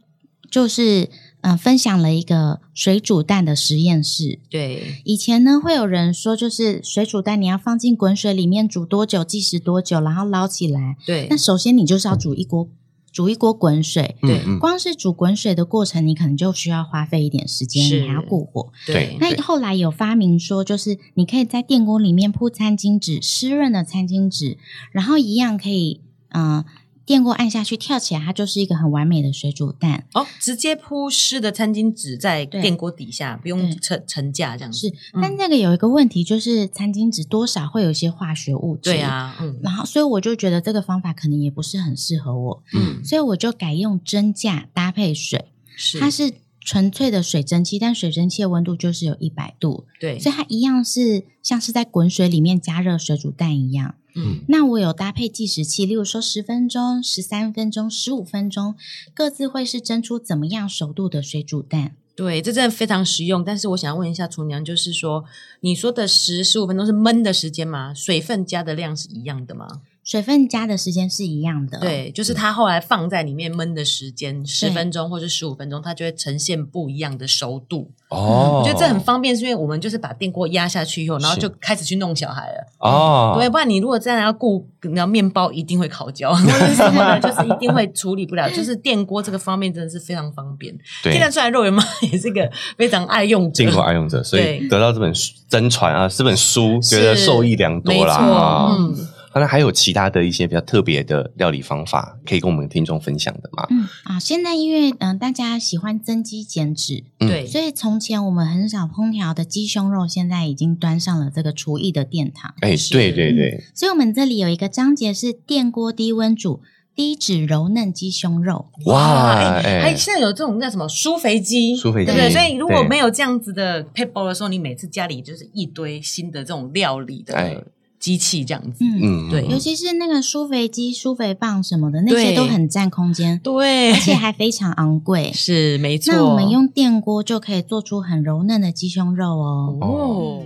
Speaker 3: 就是呃，分享了一个水煮蛋的实验室。
Speaker 1: 对，
Speaker 3: 以前呢，会有人说，就是水煮蛋你要放进滚水里面煮多久，计时多久，然后捞起来。
Speaker 1: 对
Speaker 3: 那，首先你就是要煮一锅煮一锅滚水，
Speaker 1: 对
Speaker 2: 嗯嗯
Speaker 3: 光是煮滚水的过程，你可能就需要花费一点时间，
Speaker 1: 是
Speaker 3: 你还要顾火。
Speaker 1: 对，
Speaker 3: 那
Speaker 2: 对
Speaker 3: 后来有发明说，就是你可以在电锅里面铺餐巾纸，湿润的餐巾纸，然后一样可以，嗯、电锅按下去跳起来，它就是一个很完美的水煮蛋。
Speaker 1: 哦，直接铺湿的餐巾纸在
Speaker 3: 对
Speaker 1: 电锅底下，不用
Speaker 3: 对
Speaker 1: 沉沉架这样子。
Speaker 3: 是，
Speaker 1: 嗯
Speaker 3: 但这个有一个问题，就是餐巾纸多少会有一些化学物质。
Speaker 1: 对。啊，嗯
Speaker 3: 然后，所以我就觉得这个方法可能也不是很适合我，
Speaker 1: 嗯，
Speaker 3: 所以我就改用蒸架搭配水。
Speaker 1: 是，
Speaker 3: 它是纯粹的水蒸气，但水蒸气的温度就是有一百度，
Speaker 1: 对，
Speaker 3: 所以它一样是像是在滚水里面加热水煮蛋一样。
Speaker 1: 嗯
Speaker 3: 那我有搭配计时器，例如说十分钟、十三分钟、十五分钟，各自会是蒸出怎么样熟度的水煮蛋？
Speaker 1: 对，这真的非常实用。但是我想问一下厨娘，就是说你说的十十五分钟是焖的时间吗？水分加的量是一样的
Speaker 2: 嗯
Speaker 1: 吗？
Speaker 3: 水分加的时间是一样的，，哦
Speaker 1: 对，就是它后来放在里面焖的时间十分钟或者十五分钟，它就会呈现不一样的熟度。
Speaker 2: 哦，
Speaker 1: 嗯我觉得这很方便，是因为我们就是把电锅压下去以后，然后
Speaker 2: 是
Speaker 1: 就开始去弄小孩了。
Speaker 2: 哦，
Speaker 1: 对，不然你如果真的要顾，你要面包一定会烤
Speaker 2: [LAUGHS]
Speaker 1: 焦，或者是什么的，就是一定会处理不了。就是电锅这个方面真的是非常方便。听得
Speaker 2: 对。
Speaker 1: 出来，肉圆妈也是个非常爱用者
Speaker 2: 进口爱用者，所以
Speaker 1: 对
Speaker 2: 得到这本书真传啊，这本书觉得
Speaker 1: 是
Speaker 2: 受益良
Speaker 1: 没
Speaker 2: 多啦。
Speaker 1: 错
Speaker 2: 啊
Speaker 1: 嗯，
Speaker 2: 当然还有其他的一些比较特别的料理方法，可以跟我们听众分享的嘛？
Speaker 3: 嗯啊，现在因为嗯、呃大家喜欢增肌减脂，
Speaker 2: 嗯
Speaker 1: 对，
Speaker 3: 所以从前我们很少烹调的鸡胸肉，现在已经端上了这个厨艺的殿堂。
Speaker 2: 哎，
Speaker 1: 是
Speaker 2: 对对对，
Speaker 3: 所以我们这里有一个章节是电锅低温煮低脂柔嫩鸡胸肉，
Speaker 2: 哇，
Speaker 1: 哎，还
Speaker 2: 哎，
Speaker 1: 现在有这种那什么舒肥机，
Speaker 2: 舒肥
Speaker 1: 对不对？
Speaker 2: 机
Speaker 1: 所以如果
Speaker 2: 对
Speaker 1: 没有这样子的 p a p e 的时候，你每次家里就是一堆新的这种料理
Speaker 2: 哎
Speaker 1: 的机器这样子，
Speaker 3: 嗯，
Speaker 2: 嗯，
Speaker 1: 对
Speaker 3: 尤其是那个舒肥机、舒肥棒什么的，那些
Speaker 1: 对
Speaker 3: 都很占空间，
Speaker 1: 对。
Speaker 3: 而，且还非常昂贵
Speaker 1: 是没错。
Speaker 3: 那我们用电锅就可以做出很柔嫩的鸡胸肉哦。
Speaker 1: 哦，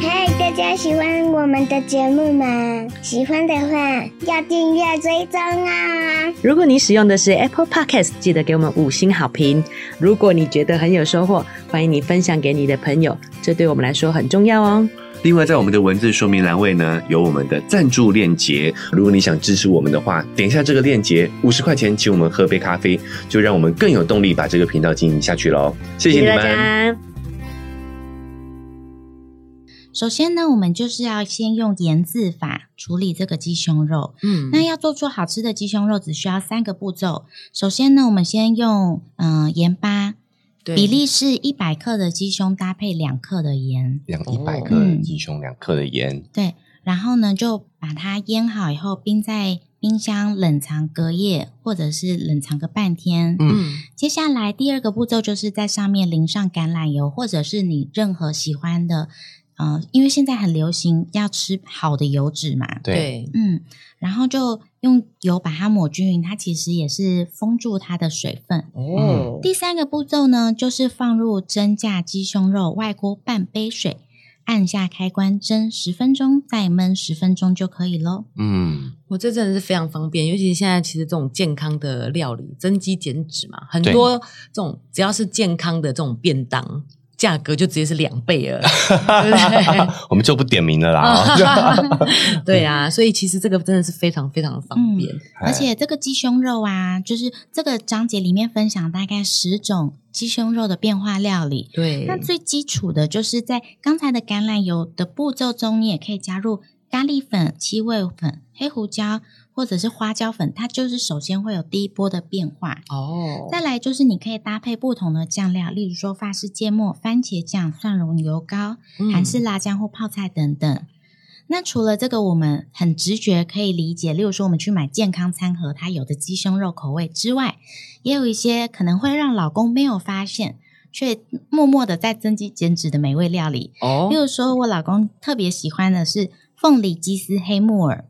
Speaker 4: 嗨，大家喜欢我们的节目吗？喜欢的话要订阅追踪啊、
Speaker 5: 如果你使用的是 Apple Podcast，记得给我们五星好评。如果你觉得很有收获，欢迎你分享给你的朋友，这对我们来说很重要哦。
Speaker 2: 另外，在我们的文字说明栏位呢，有我们的赞助链接。如果你想支持我们的话，点一下这个链接，五十块钱请我们喝杯咖啡，就让我们更有动力把这个频道经营下去喽。谢谢你
Speaker 5: 大
Speaker 2: 们。
Speaker 1: 嗯
Speaker 5: 家。
Speaker 3: 首先呢，我们就是要先用盐渍法处理这个鸡胸肉。
Speaker 1: 嗯
Speaker 3: 那要做出好吃的鸡胸肉，只需要三个步骤。首先呢，我们先用嗯、呃盐巴，
Speaker 1: 对
Speaker 3: 比例是一百克的鸡胸搭配两克的盐，
Speaker 2: 两
Speaker 1: 哦
Speaker 2: 一百克的鸡胸，两克的盐，
Speaker 3: 对，然后呢就把它腌好以后冰在冰箱冷藏隔夜，或者是冷藏个半天。
Speaker 2: 嗯
Speaker 1: 嗯
Speaker 3: 接下来第二个步骤就是在上面淋上橄榄油，或者是你任何喜欢的，呃，因为现在很流行要吃好的油脂嘛，
Speaker 2: 对，
Speaker 3: 嗯，然后就用油把它抹均匀，它其实也是封住它的水分。
Speaker 1: 哦
Speaker 3: 第三个步骤呢，就是放入蒸架鸡胸肉，外锅半杯水，按下开关蒸十分钟，再焖十分钟就可以喽。
Speaker 2: 嗯，
Speaker 1: 我这真的是非常方便，尤其是现在其实这种健康的料理，增肌减脂嘛，很
Speaker 2: 对
Speaker 1: 多这种只要是健康的这种便当，价格就直接是两倍了。对
Speaker 2: [LAUGHS]
Speaker 1: 哦
Speaker 2: 我们就不点名
Speaker 1: [LAUGHS]
Speaker 2: 了 [LAUGHS] 啦。
Speaker 1: 对啊，所以其实这个真的是非常非常方便。
Speaker 3: 而且这个鸡胸肉啊，就是这个章节里面分享大概十种鸡胸肉的变化料理。
Speaker 1: 对，
Speaker 3: 那最基础的就是在刚才的橄榄油的步骤中，你也可以加入咖喱粉、七味粉、黑胡椒或者是花椒粉，它就是首先会有第一波的变化。
Speaker 1: 哦，
Speaker 3: 再来就是你可以搭配不同的酱料，例如说法式芥末、番茄酱、蒜蓉油膏、
Speaker 1: 嗯
Speaker 3: 韩式辣酱或泡菜等等。那除了这个，我们很直觉可以理解，例如说我们去买健康餐盒，它有的鸡胸肉口味之外，也有一些可能会让老公没有发现，却默默的在增肌减脂的美味料理。
Speaker 1: 哦
Speaker 3: 例，如说，我老公特别喜欢的是凤梨鸡丝黑木耳，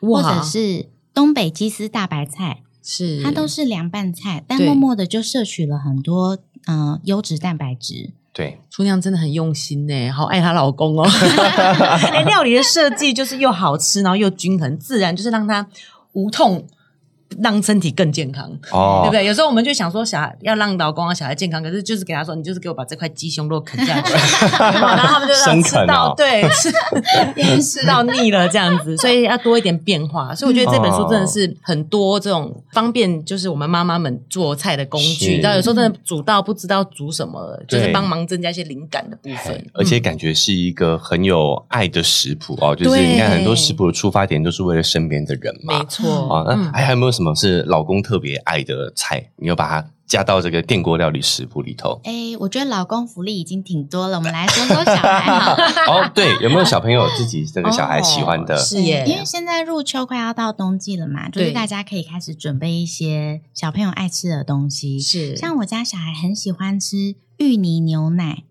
Speaker 3: 或
Speaker 1: 哇
Speaker 3: 者是东北鸡丝大白菜，
Speaker 1: 是
Speaker 3: 它都是凉拌菜，但
Speaker 1: 对
Speaker 3: 默默的就摄取了很多呃优质蛋白质。。
Speaker 2: 对，
Speaker 1: 厨娘真的很用心呢，好爱她老公 [LAUGHS] 哦。哎、料理的设计就是又好吃，然后又均衡，自然就是让她无痛，让身体更健康。对
Speaker 2: 哦
Speaker 1: 不，对？有时候我们就想说，小孩要让老公啊小孩健康，可是就是给他说，你就是给我把这块鸡胸肉啃下去，
Speaker 2: [LAUGHS]
Speaker 1: 然后他们就让
Speaker 2: 生
Speaker 1: 吃
Speaker 2: 啃
Speaker 1: 到、
Speaker 2: 哦
Speaker 1: 对
Speaker 2: [LAUGHS]
Speaker 1: 吃吃到腻了这样子，所以要多一点变化。所以我觉得这本书真的是很多这种方便，就是我们妈妈们做菜的工具。
Speaker 2: 是
Speaker 1: 到有时候真的煮到不知道煮什么了，就是
Speaker 2: 对
Speaker 1: 帮忙增加一些灵感的部分。
Speaker 2: 而且感觉是一个很有爱的食谱哦，就是你看
Speaker 1: 对
Speaker 2: 很多食谱的出发点都是为了身边的人
Speaker 1: 没
Speaker 2: 嘛。
Speaker 1: 错
Speaker 2: 啊，，那还还有没有什么是老公特别爱的菜？你又把它加到这个电锅料理食谱里头
Speaker 3: 哎，我觉得老公福利已经挺多了，我们来说说小孩好了。
Speaker 2: 哦，对，有没有小朋友自己这个小孩喜欢的
Speaker 1: 哦？ [LAUGHS] 是耶，
Speaker 3: 因为现在入秋快要到冬季了嘛，就
Speaker 1: 对
Speaker 3: 是大家可以开始准备一些小朋友爱吃的东西。
Speaker 1: 是
Speaker 3: 像我家小孩很喜欢吃芋泥牛奶，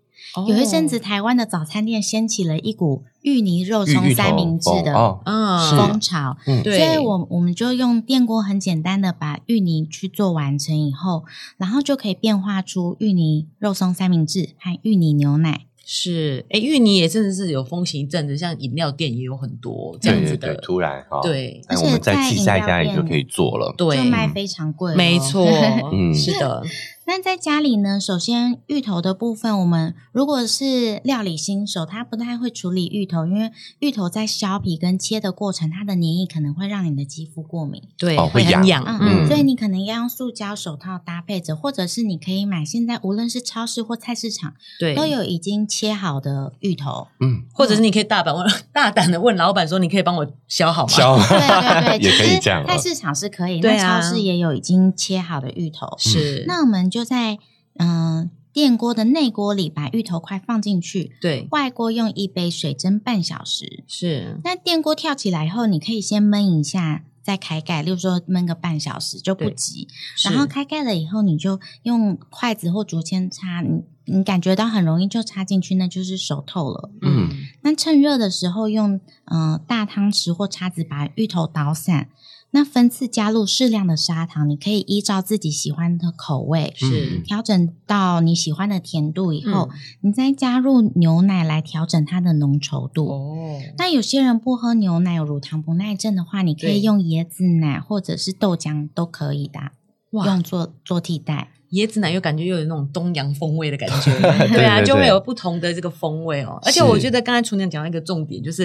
Speaker 3: 有一阵子
Speaker 1: 哦
Speaker 3: 台湾的早餐店掀起了一股芋泥肉
Speaker 2: 芋
Speaker 3: 松
Speaker 2: 芋头
Speaker 3: 三明治的
Speaker 2: 哦，是
Speaker 1: 嗯，
Speaker 3: 风潮，
Speaker 2: 嗯
Speaker 1: 对
Speaker 3: 所以我我们就用电锅很简单的把芋泥去做完成以后，然后就可以变化出芋泥肉松三明治和芋泥牛奶。
Speaker 1: 是，哎，芋泥也真的是有风行一阵子，像饮料店也有很多这
Speaker 2: 对
Speaker 1: 样子
Speaker 2: 对
Speaker 1: 的
Speaker 2: 对，，突然哈，，
Speaker 1: 对
Speaker 2: 哎，
Speaker 3: 而
Speaker 2: 我
Speaker 3: 且
Speaker 2: 们再
Speaker 3: 在
Speaker 2: 自己
Speaker 3: 饮
Speaker 2: 在
Speaker 3: 料
Speaker 2: 家里就
Speaker 3: 店
Speaker 2: 可以做了。
Speaker 1: 对
Speaker 3: 就卖哦非常贵、，
Speaker 1: 没错。
Speaker 3: [LAUGHS]
Speaker 2: 嗯
Speaker 1: 是的，
Speaker 3: 那在家里呢，首先芋头的部分，我们如果是料理新手，他不太会处理芋头，因为芋头在削皮跟切的过程，它的黏液可能会让你的肌肤过敏。
Speaker 1: 对，
Speaker 2: 哦会
Speaker 1: 很
Speaker 2: 痒
Speaker 1: 痒，
Speaker 3: 嗯，
Speaker 1: 嗯，
Speaker 3: 所以你可能要用塑胶手套搭配着，或者是你可以买现在无论是超市或菜市场
Speaker 1: 对，
Speaker 3: 都有哦已经切好的芋头。
Speaker 2: 嗯，
Speaker 1: 或者是你可以大胆问，大胆的问老板说，你可以帮我削好吗？
Speaker 2: 小
Speaker 3: 对对对，
Speaker 2: [LAUGHS] 也可
Speaker 3: 其
Speaker 2: 以
Speaker 3: 实
Speaker 2: 这样啊
Speaker 3: 菜市场是可以，
Speaker 1: 对
Speaker 3: 那
Speaker 1: 啊
Speaker 3: 超市也有已经切好的芋
Speaker 2: 嗯
Speaker 3: 头。
Speaker 1: 是，
Speaker 3: 那我们就在嗯、呃电锅的内锅里把芋头块放进去，
Speaker 1: 对，
Speaker 3: 外锅用一杯水蒸半小时。
Speaker 1: 是，
Speaker 3: 那电锅跳起来以后，你可以先焖一下，再开盖，例如说焖个半小时就不
Speaker 1: 对
Speaker 3: 急。然后
Speaker 1: 是
Speaker 3: 开盖了以后，你就用筷子或竹签插，你你感觉到很容易就插进去，那就是熟透了。
Speaker 1: 嗯，
Speaker 3: 那趁热的时候用呃大汤匙或叉子把芋头捣散，那分次加入适量的砂糖，你可以依照自己喜欢的口味。
Speaker 1: 是
Speaker 2: 嗯，
Speaker 3: 调整到你喜欢的甜度以后，
Speaker 1: 嗯
Speaker 3: 你再加入牛奶来调整它的浓稠度。
Speaker 1: 哦，
Speaker 3: 那有些人不喝牛奶，有乳糖不耐症的话，你可
Speaker 1: 对
Speaker 3: 以用椰子奶或者是豆浆都可以的，
Speaker 1: 哇
Speaker 3: 用，做做替代。
Speaker 1: 椰子奶又感觉又有那种东洋风味的感觉对啊，
Speaker 2: [LAUGHS] 对对
Speaker 1: 就会有不同的这个风味哦。而且我
Speaker 2: 是
Speaker 1: 觉得刚才厨娘讲到一个重点，就是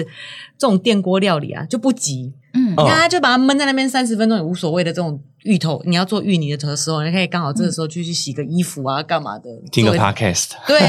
Speaker 1: 这种电锅料理啊，就不急，
Speaker 3: 嗯，嗯
Speaker 2: 哦
Speaker 1: 大家就把它闷在那边三十分钟也无所谓的这种芋头，你要做芋泥的时候，你可以刚好这个时候就去洗个衣服啊，干嘛的，
Speaker 2: 嗯听个
Speaker 1: 做
Speaker 2: podcast
Speaker 1: 对，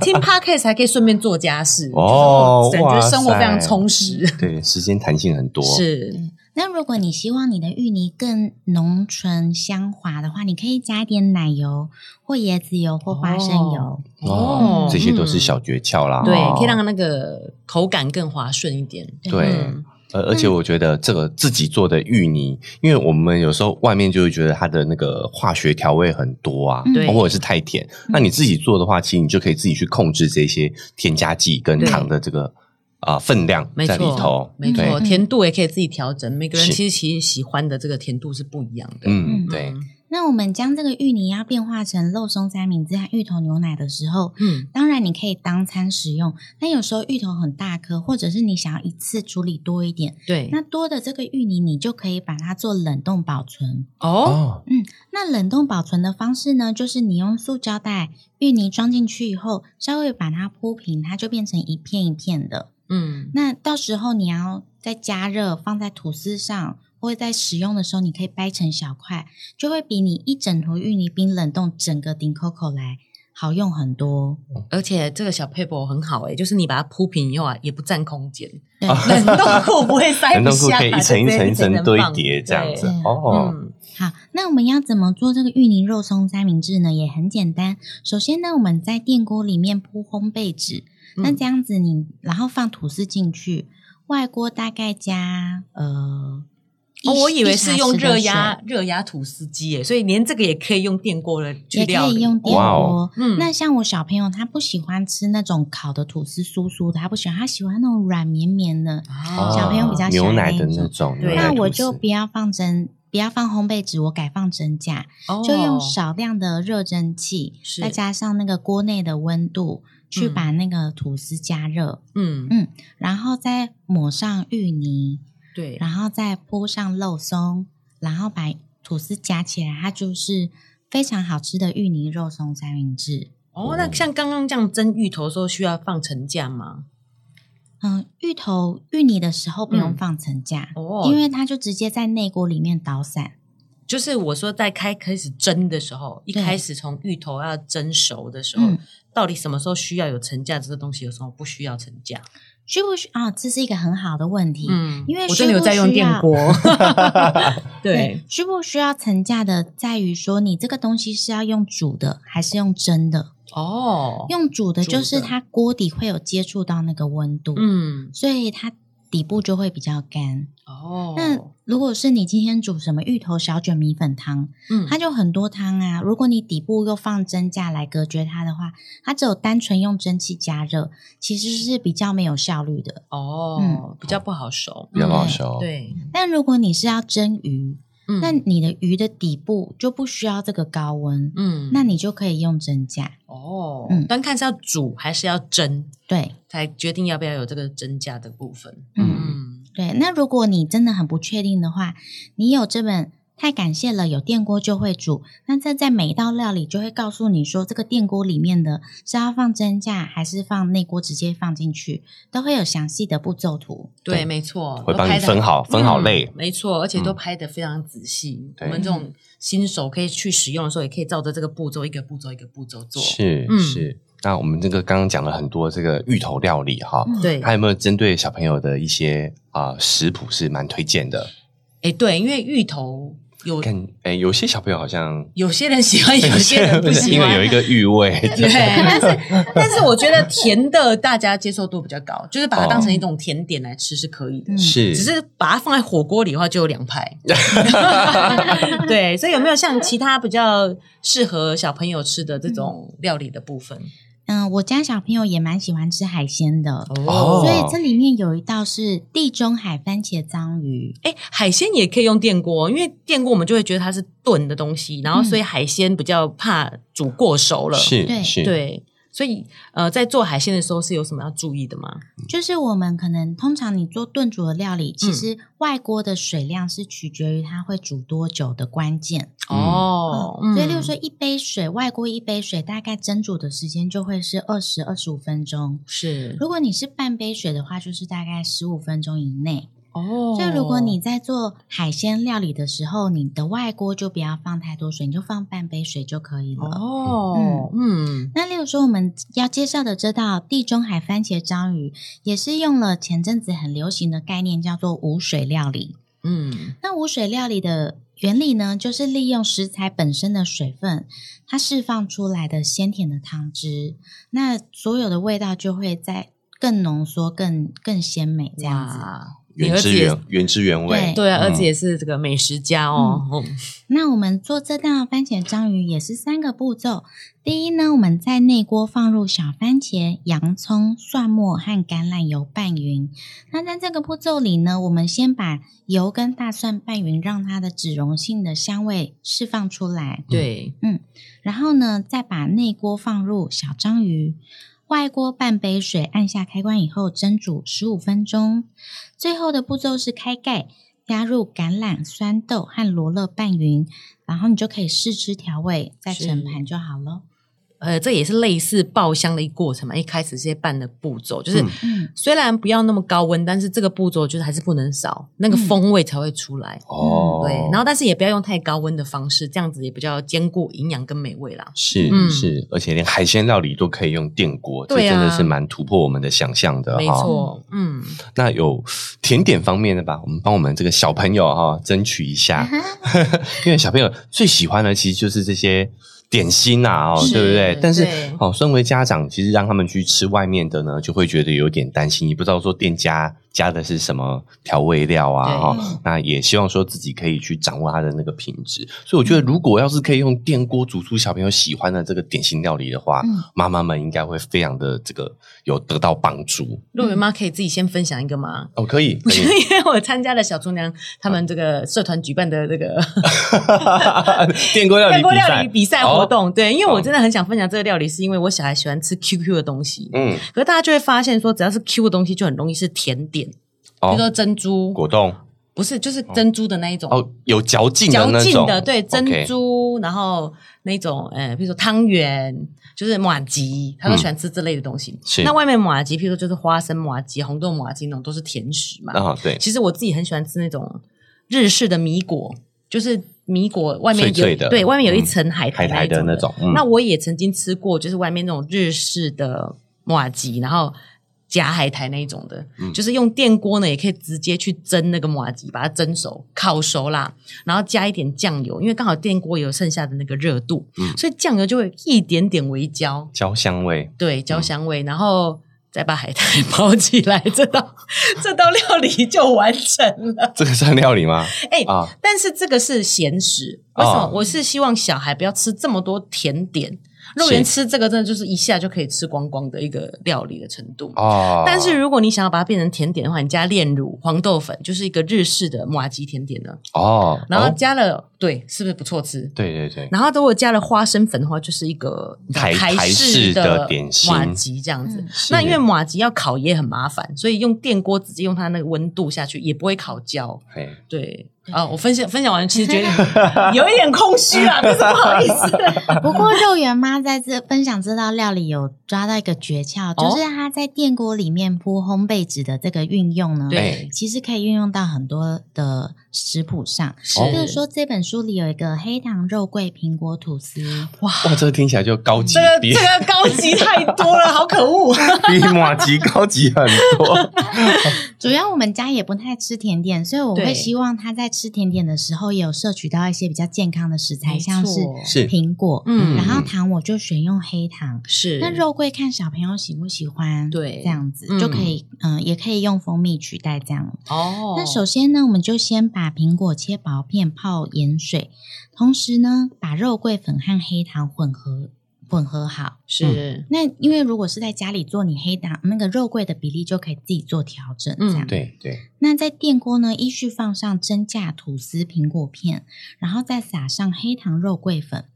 Speaker 2: [LAUGHS]
Speaker 1: 听 podcast 还可以顺便做家事
Speaker 2: 哦
Speaker 1: 就是感觉生活非
Speaker 2: 哇
Speaker 1: 常
Speaker 2: 塞
Speaker 1: 充实。
Speaker 2: 对，时间弹性很多。
Speaker 1: 是，
Speaker 3: 那如果你希望你的芋泥更浓醇香滑的话，你可以加一点奶油或椰子油或花生油。
Speaker 2: 哦
Speaker 1: 哦，
Speaker 2: 这些都是小诀窍啦。
Speaker 1: 对
Speaker 2: 哦，
Speaker 1: 可以让那个口感更滑顺一点。
Speaker 2: 对
Speaker 1: 嗯，
Speaker 2: 而而且我觉得这个自己做的芋泥，因为我们有时候外面就会觉得它的那个化学调味很多啊，
Speaker 1: 嗯
Speaker 3: 对
Speaker 2: 或者是太甜。那你自己做的话，其实你就可以自己去控制这些添加剂跟
Speaker 1: 对
Speaker 2: 糖的这个啊分量
Speaker 1: 没
Speaker 2: 在
Speaker 1: 错
Speaker 2: 里头。
Speaker 1: 没错，嗯
Speaker 3: 对
Speaker 1: 甜度也可以自己调整，每个人
Speaker 2: 是
Speaker 1: 其实其实喜欢的这个甜度是不一样的。
Speaker 2: 嗯，
Speaker 3: 嗯
Speaker 2: 对，
Speaker 3: 那我们将这个芋泥要变化成肉松三明治和芋头牛奶的时候，
Speaker 1: 嗯，
Speaker 3: 当然，你可以当餐食用，但有时候芋头很大颗，或者是你想要一次处理多一点，
Speaker 1: 对。
Speaker 3: 那多的这个芋泥，你就可以把它做冷冻保存。
Speaker 1: 哦，
Speaker 2: 哦，
Speaker 3: 那冷冻保存的方式呢，就是你用塑胶袋芋泥装进去以后，稍微把它铺平，它就变成一片一片的。
Speaker 1: 嗯，
Speaker 3: 那到时候你要再加热，放在吐司上，或者在使用的时候，你可以掰成小块，就会比你一整坨芋泥冰冷冻整个顶扣扣来好用很多。
Speaker 1: 而且这个小 paper 很好诶、欸就是你把它铺平以后啊，也不占空间，
Speaker 3: 对。
Speaker 1: [LAUGHS] 冷冻库不会塞
Speaker 2: 冷
Speaker 1: 不
Speaker 2: 冻库
Speaker 1: 下，
Speaker 2: 可以一层一层一层堆
Speaker 1: 放
Speaker 2: 叠这样子
Speaker 1: 对
Speaker 3: 对
Speaker 2: 哦，
Speaker 1: 嗯，
Speaker 3: 好，那我们要怎么做这个芋泥肉松三明治呢？也很简单。首先呢，我们在电锅里面铺烘焙纸，
Speaker 1: 嗯
Speaker 3: 那这样子你然后放吐司进去，外锅大概加呃，一
Speaker 1: 哦，我以为是用热，
Speaker 3: 一茶匙的
Speaker 1: 压热压吐司机耶，所以连这个也可以用电锅的去
Speaker 3: 水也
Speaker 1: 料
Speaker 3: 可
Speaker 1: 理。
Speaker 3: 以用电
Speaker 2: 哇
Speaker 3: 锅
Speaker 2: 哦。
Speaker 1: 嗯
Speaker 3: 那像我小朋友，他不喜欢吃那种烤的吐司酥酥的，他不喜欢，他喜欢那种软绵绵的。
Speaker 1: 啊
Speaker 3: 小朋友比较喜欢
Speaker 2: 哦牛奶的
Speaker 3: 那
Speaker 2: 那
Speaker 3: 一
Speaker 2: 种，
Speaker 1: 对
Speaker 2: 牛奶
Speaker 3: 那我
Speaker 2: 吐司
Speaker 3: 就不要放蒸，不要放烘焙纸，我改放蒸架。
Speaker 1: 哦
Speaker 3: 就用少量的热蒸汽，
Speaker 1: 是
Speaker 3: 再加上那个锅内的温度，去
Speaker 1: 嗯
Speaker 3: 把那个吐司加热，
Speaker 1: 嗯
Speaker 3: 嗯然后再抹上芋泥，
Speaker 1: 对，
Speaker 3: 然后再铺上肉松，然后把吐司夹起来，它就是非常好吃的芋泥肉松三明治。
Speaker 1: 哦，那像刚刚这样蒸芋头的时候需要放层架吗？
Speaker 3: 嗯，芋头芋泥的时候不用
Speaker 1: 嗯
Speaker 3: 放层架，
Speaker 1: 哦
Speaker 3: 因为它就直接在内锅里面捣散。
Speaker 1: 就是我说在开开始蒸的时候，一
Speaker 3: 对
Speaker 1: 开始从芋头要蒸熟的时候，
Speaker 3: 嗯，
Speaker 1: 到底什么时候需要有层架这个东西，有时候不需要层架？
Speaker 3: 需不需啊、这是一个很好的问题。
Speaker 1: 嗯
Speaker 3: 因为
Speaker 1: 我真的有在用电
Speaker 3: [LAUGHS]
Speaker 1: 锅， [LAUGHS] 对，，
Speaker 3: 需不需要层架的，在于说你这个东西是要用煮的还是用蒸的？
Speaker 1: 哦，
Speaker 3: 用煮的
Speaker 1: 煮的
Speaker 3: 就是它锅底会有接触到那个温度，
Speaker 1: 嗯，
Speaker 3: 所以它底部就会比较干。
Speaker 1: 哦，
Speaker 3: 那如果是你今天煮什么芋头小卷米粉汤，
Speaker 1: 嗯
Speaker 3: 它就很多汤啊。如果你底部又放蒸架来隔绝它的话，它只有单纯用蒸汽加热，其实是比较没有效率的。嗯
Speaker 1: 哦，比较不好熟，
Speaker 2: 比较不好熟，
Speaker 1: 嗯对，
Speaker 3: 但如果你是要蒸鱼，
Speaker 1: 嗯
Speaker 3: 那你的鱼的底部就不需要这个高温，
Speaker 1: 嗯
Speaker 3: 那你就可以用蒸架。
Speaker 1: 哦
Speaker 3: 嗯，
Speaker 1: 但看是要煮还是要蒸，
Speaker 3: 对
Speaker 1: 才决定要不要有这个蒸架的部分。
Speaker 3: 嗯
Speaker 1: 嗯，
Speaker 3: 对，那如果你真的很不确定的话，你有这本《太感谢了》，有电锅就会煮。那这在每一道料理就会告诉你说，这个电锅里面的是要放蒸架，还是放内锅直接放进去，都会有详细的步骤图。
Speaker 1: 对，
Speaker 2: 对
Speaker 1: 没错，
Speaker 2: 会
Speaker 1: 都
Speaker 2: 帮你
Speaker 1: 拍得
Speaker 2: 分好分好类
Speaker 1: 嗯没错，而且都
Speaker 2: 嗯
Speaker 1: 拍的非常仔细。
Speaker 2: 对
Speaker 1: 我们这种新手可以去使用的时候，也可以照着这个步骤，一个步骤一个步骤做。
Speaker 2: 是
Speaker 1: 嗯
Speaker 2: 是。那我们这个刚刚讲了很多这个芋头料理哈，
Speaker 3: 嗯
Speaker 1: 对，
Speaker 2: 还有没有针对小朋友的一些啊、食谱是蛮推荐的？
Speaker 1: 哎，对，因为芋头有
Speaker 2: 看，诶，有些小朋友好像
Speaker 1: 有些人喜欢， [LAUGHS] 有些人不喜
Speaker 2: [LAUGHS] 因为
Speaker 1: 欢
Speaker 2: 有。一个芋味，
Speaker 1: 对，但是但是我觉得甜的大家接受度比较高，就是把它当成一种甜点来吃是可以的。
Speaker 3: 嗯
Speaker 2: 是
Speaker 1: 只是把它放在火锅里的话，就有两 [LAUGHS] 派。对，所以有没有像其他比较适合小朋友吃的这种料理的部分？
Speaker 3: 嗯，我家小朋友也蛮喜欢吃海鲜的。
Speaker 2: 哦
Speaker 3: 所以这里面有一道是地中海番茄章鱼，
Speaker 1: 哎，海鲜也可以用电锅，因为电锅我们就会觉得它是炖的东西，然后所以海鲜比较怕煮过熟了。，
Speaker 2: 是
Speaker 3: 对
Speaker 2: 是，
Speaker 1: 对，所以呃，在做海鲜的时候是有什么要注意的吗？
Speaker 3: 就是我们可能通常你做炖煮的料理，
Speaker 1: 嗯
Speaker 3: 其实外锅的水量是取决于它会煮多久的关键。
Speaker 2: 嗯
Speaker 1: 哦，嗯
Speaker 3: 所以例如说一杯水，外锅一杯水大概蒸煮的时间就会是二十二十五分钟。
Speaker 1: 是
Speaker 3: 如果你是半杯水的话，就是大概十五分钟以内。
Speaker 1: 哦
Speaker 3: 就如果你在做海鲜料理的时候，你的外锅就不要放太多水，你就放半杯水就可以了。
Speaker 1: 哦，嗯，
Speaker 3: 那例如说，我们要介绍的这道地中海番茄章鱼，也是用了前阵子很流行的概念，叫做无水料理。
Speaker 1: 嗯，
Speaker 3: 那无水料理的原理呢，就是利用食材本身的水分，它释放出来的鲜甜的汤汁，那所有的味道就会在更浓缩、更更鲜美这样子。
Speaker 1: 哇你
Speaker 2: 原
Speaker 1: 儿子
Speaker 2: 汁
Speaker 1: 也
Speaker 2: 原原汁原味，
Speaker 3: 对
Speaker 1: 对啊，儿子
Speaker 2: 嗯
Speaker 1: 也是这个美食家哦，
Speaker 3: 嗯那我们做这道番茄章鱼也是三个步骤。第一呢，我们在内锅放入小番茄、洋葱、蒜末和橄榄油拌匀。那在这个步骤里呢，我们先把油跟大蒜拌匀，让它的脂溶性的香味释放出来。
Speaker 1: 对，
Speaker 3: 然后呢，再把内锅放入小章鱼，外锅半杯水，按下开关以后蒸煮十五分钟。最后的步骤是开盖，加入橄榄、酸豆和罗勒拌匀，然后你就可以试吃调味，再
Speaker 1: 是
Speaker 3: 盛盘就好了。
Speaker 1: 呃，这也是类似爆香的一个过程嘛，一开始这些拌的步骤就是。
Speaker 2: 嗯
Speaker 1: [LAUGHS]
Speaker 3: 嗯，
Speaker 1: 虽然不要那么高温，但是这个步骤就是还是不能少，那个
Speaker 3: 嗯
Speaker 1: 风味才会出来。
Speaker 2: 哦，
Speaker 1: 嗯对，然后但是也不要用太高温的方式，这样子也比较兼顾营养跟美味啦。
Speaker 2: 是、
Speaker 1: 嗯
Speaker 2: 是，而且连海鲜料理都可以用电锅，这
Speaker 1: 对
Speaker 2: 真的
Speaker 1: 啊
Speaker 2: 是蛮突破我们的想象的
Speaker 1: 没
Speaker 2: 哈。
Speaker 1: 错，嗯，
Speaker 2: 那有甜点方面的吧，我们帮我们这个小朋友哈、争取一下，
Speaker 1: 嗯
Speaker 2: [LAUGHS] 因为小朋友最喜欢的其实就是这些点心呐、啊，哦，
Speaker 1: 是
Speaker 2: 对不对？但是
Speaker 1: 对
Speaker 2: 哦，身为家长，其实让他们去吃外面的呢，就会觉得有点担心，你不知道说店家加的是什么调味料啊，
Speaker 1: 对
Speaker 2: 哈、
Speaker 3: 嗯
Speaker 2: 那也希望说自己可以去掌握它的那个品质。所以我觉得，
Speaker 1: 嗯
Speaker 2: 如果要是可以用电锅煮出小朋友喜欢的这个点心料理的话，
Speaker 3: 嗯
Speaker 2: 妈妈们应该会非常的这个有得到帮助。
Speaker 1: 肉圆妈可以自己先分享一个吗？
Speaker 2: 哦，可以，
Speaker 1: 不
Speaker 2: 可
Speaker 1: 是，
Speaker 2: 以。
Speaker 1: [LAUGHS] 因为我参加了小厨娘他们这个社团举办的这
Speaker 2: [LAUGHS]
Speaker 1: 个 [LAUGHS]
Speaker 2: 电锅料理
Speaker 1: 电锅
Speaker 2: 比
Speaker 1: 料
Speaker 2: 赛
Speaker 1: 理，比赛活动。对，因为
Speaker 2: 哦
Speaker 1: 我真的很想分享这个料理，是因为我小孩喜欢吃 QQ 的东西。
Speaker 2: 嗯，
Speaker 1: 可是大家就会发现说，只要是 Q 的东西，就很容易是甜点，比如说
Speaker 2: 哦，
Speaker 1: 珍珠，
Speaker 2: 果冻
Speaker 1: 不是就是珍珠的那一种，
Speaker 2: 哦，有嚼劲的
Speaker 1: 嚼
Speaker 2: 那
Speaker 1: 劲
Speaker 2: 种
Speaker 1: 的，对，珍
Speaker 2: OK
Speaker 1: 珠，然后那种呃，比如说汤圆，就是马吉，他都喜欢吃这类的东西。
Speaker 2: 嗯是
Speaker 1: 那外面马吉，譬如说就是花生马吉、红豆马吉那种，都是甜食嘛。
Speaker 2: 啊，对，
Speaker 1: 其实我自己很喜欢吃那种日式的米果，就是米果外面有
Speaker 2: 脆脆的
Speaker 1: 对，外面有一
Speaker 2: 嗯
Speaker 1: 层海苔
Speaker 2: 海苔
Speaker 1: 一
Speaker 2: 的
Speaker 1: 的
Speaker 2: 那种，嗯
Speaker 1: 那我也曾经吃过，就是外面那种日式的马吉，然后夹海苔那一种的，
Speaker 2: 嗯
Speaker 1: 就是用电锅呢，也可以直接去蒸那个马吉，把它蒸熟、烤熟啦，然后加一点酱油，因为刚好电锅有剩下的那个热度，
Speaker 2: 嗯
Speaker 1: 所以酱油就会一点点微焦，
Speaker 2: 焦香味， [LAUGHS]
Speaker 1: 对，焦香味，然后。再把海苔 [LAUGHS] 包起来，这道这道料理就完成了。
Speaker 2: 这个算料理吗？
Speaker 1: 哎、
Speaker 2: 啊，
Speaker 1: 但是这个是咸食，为什么
Speaker 2: 哦？
Speaker 1: 我是希望小孩不要吃这么多甜点，肉圆吃这个真的就是一下就可以吃光光的一个料理的程度。
Speaker 2: 哦，
Speaker 1: 但是如果你想要把它变成甜点的话，你加炼乳、黄豆粉，就是一个日式的麻吉甜点了。
Speaker 2: 哦，
Speaker 1: 然后
Speaker 2: 哦
Speaker 1: 加了，对，是不是不错吃？
Speaker 2: 对对对，
Speaker 1: 然后如果加了花生粉的话，就是一个
Speaker 2: 台台式
Speaker 1: 式
Speaker 2: 的点心
Speaker 1: 马吉这样子。
Speaker 3: 嗯
Speaker 1: 那
Speaker 2: 是
Speaker 1: 因为马吉要烤也很麻烦，所以用电锅直接用它那个温度下去，也不会烤焦。
Speaker 2: 嘿
Speaker 1: 对啊、我分享分享完，其实觉得 [LAUGHS] 有一点空虚
Speaker 3: [LAUGHS]
Speaker 1: 啊，但是不好意思。
Speaker 3: 不过肉圆妈在这分享这道料理有抓到一个诀窍，
Speaker 1: 哦
Speaker 3: 就是她在电锅里面铺烘焙纸的这个运用呢，
Speaker 2: 哎
Speaker 1: 对，
Speaker 3: 其实可以运用到很多的食谱上。
Speaker 1: 是
Speaker 3: 比如说这本书里有一个黑糖肉桂苹果吐司，
Speaker 2: 哇，这个听起来就高级
Speaker 1: 这个，
Speaker 2: 比
Speaker 1: 这个高级太多了，好可
Speaker 3: [LAUGHS]
Speaker 1: 恶。
Speaker 2: [LAUGHS] 比马吉高级很多。
Speaker 1: [LAUGHS]
Speaker 3: 主要我们家也不太吃甜点，所以我
Speaker 1: 对
Speaker 3: 会希望他在吃甜点的时候也有摄取到一些比较健康的食材，
Speaker 1: 没错
Speaker 3: 像是
Speaker 2: 是
Speaker 3: 苹果，
Speaker 1: 嗯
Speaker 3: 然后糖我就选用黑糖。
Speaker 1: 是
Speaker 3: 那肉桂看小朋友喜不喜欢，
Speaker 1: 对
Speaker 3: 这样子、
Speaker 1: 嗯
Speaker 3: 就可以，嗯、也可以用蜂蜜取代这样。
Speaker 1: 哦
Speaker 3: 那首先呢，我们就先把苹果切薄片泡盐水，同时呢，把肉桂粉和黑糖混合混合好。
Speaker 2: 嗯
Speaker 1: 是
Speaker 3: 那因为如果是在家里做，你黑糖那个肉桂的比例就可以自己做调整，
Speaker 1: 嗯
Speaker 3: 这样。
Speaker 2: 对对，
Speaker 3: 那在电锅呢，依序放上蒸架吐司苹果片，然后再撒上黑糖肉桂粉，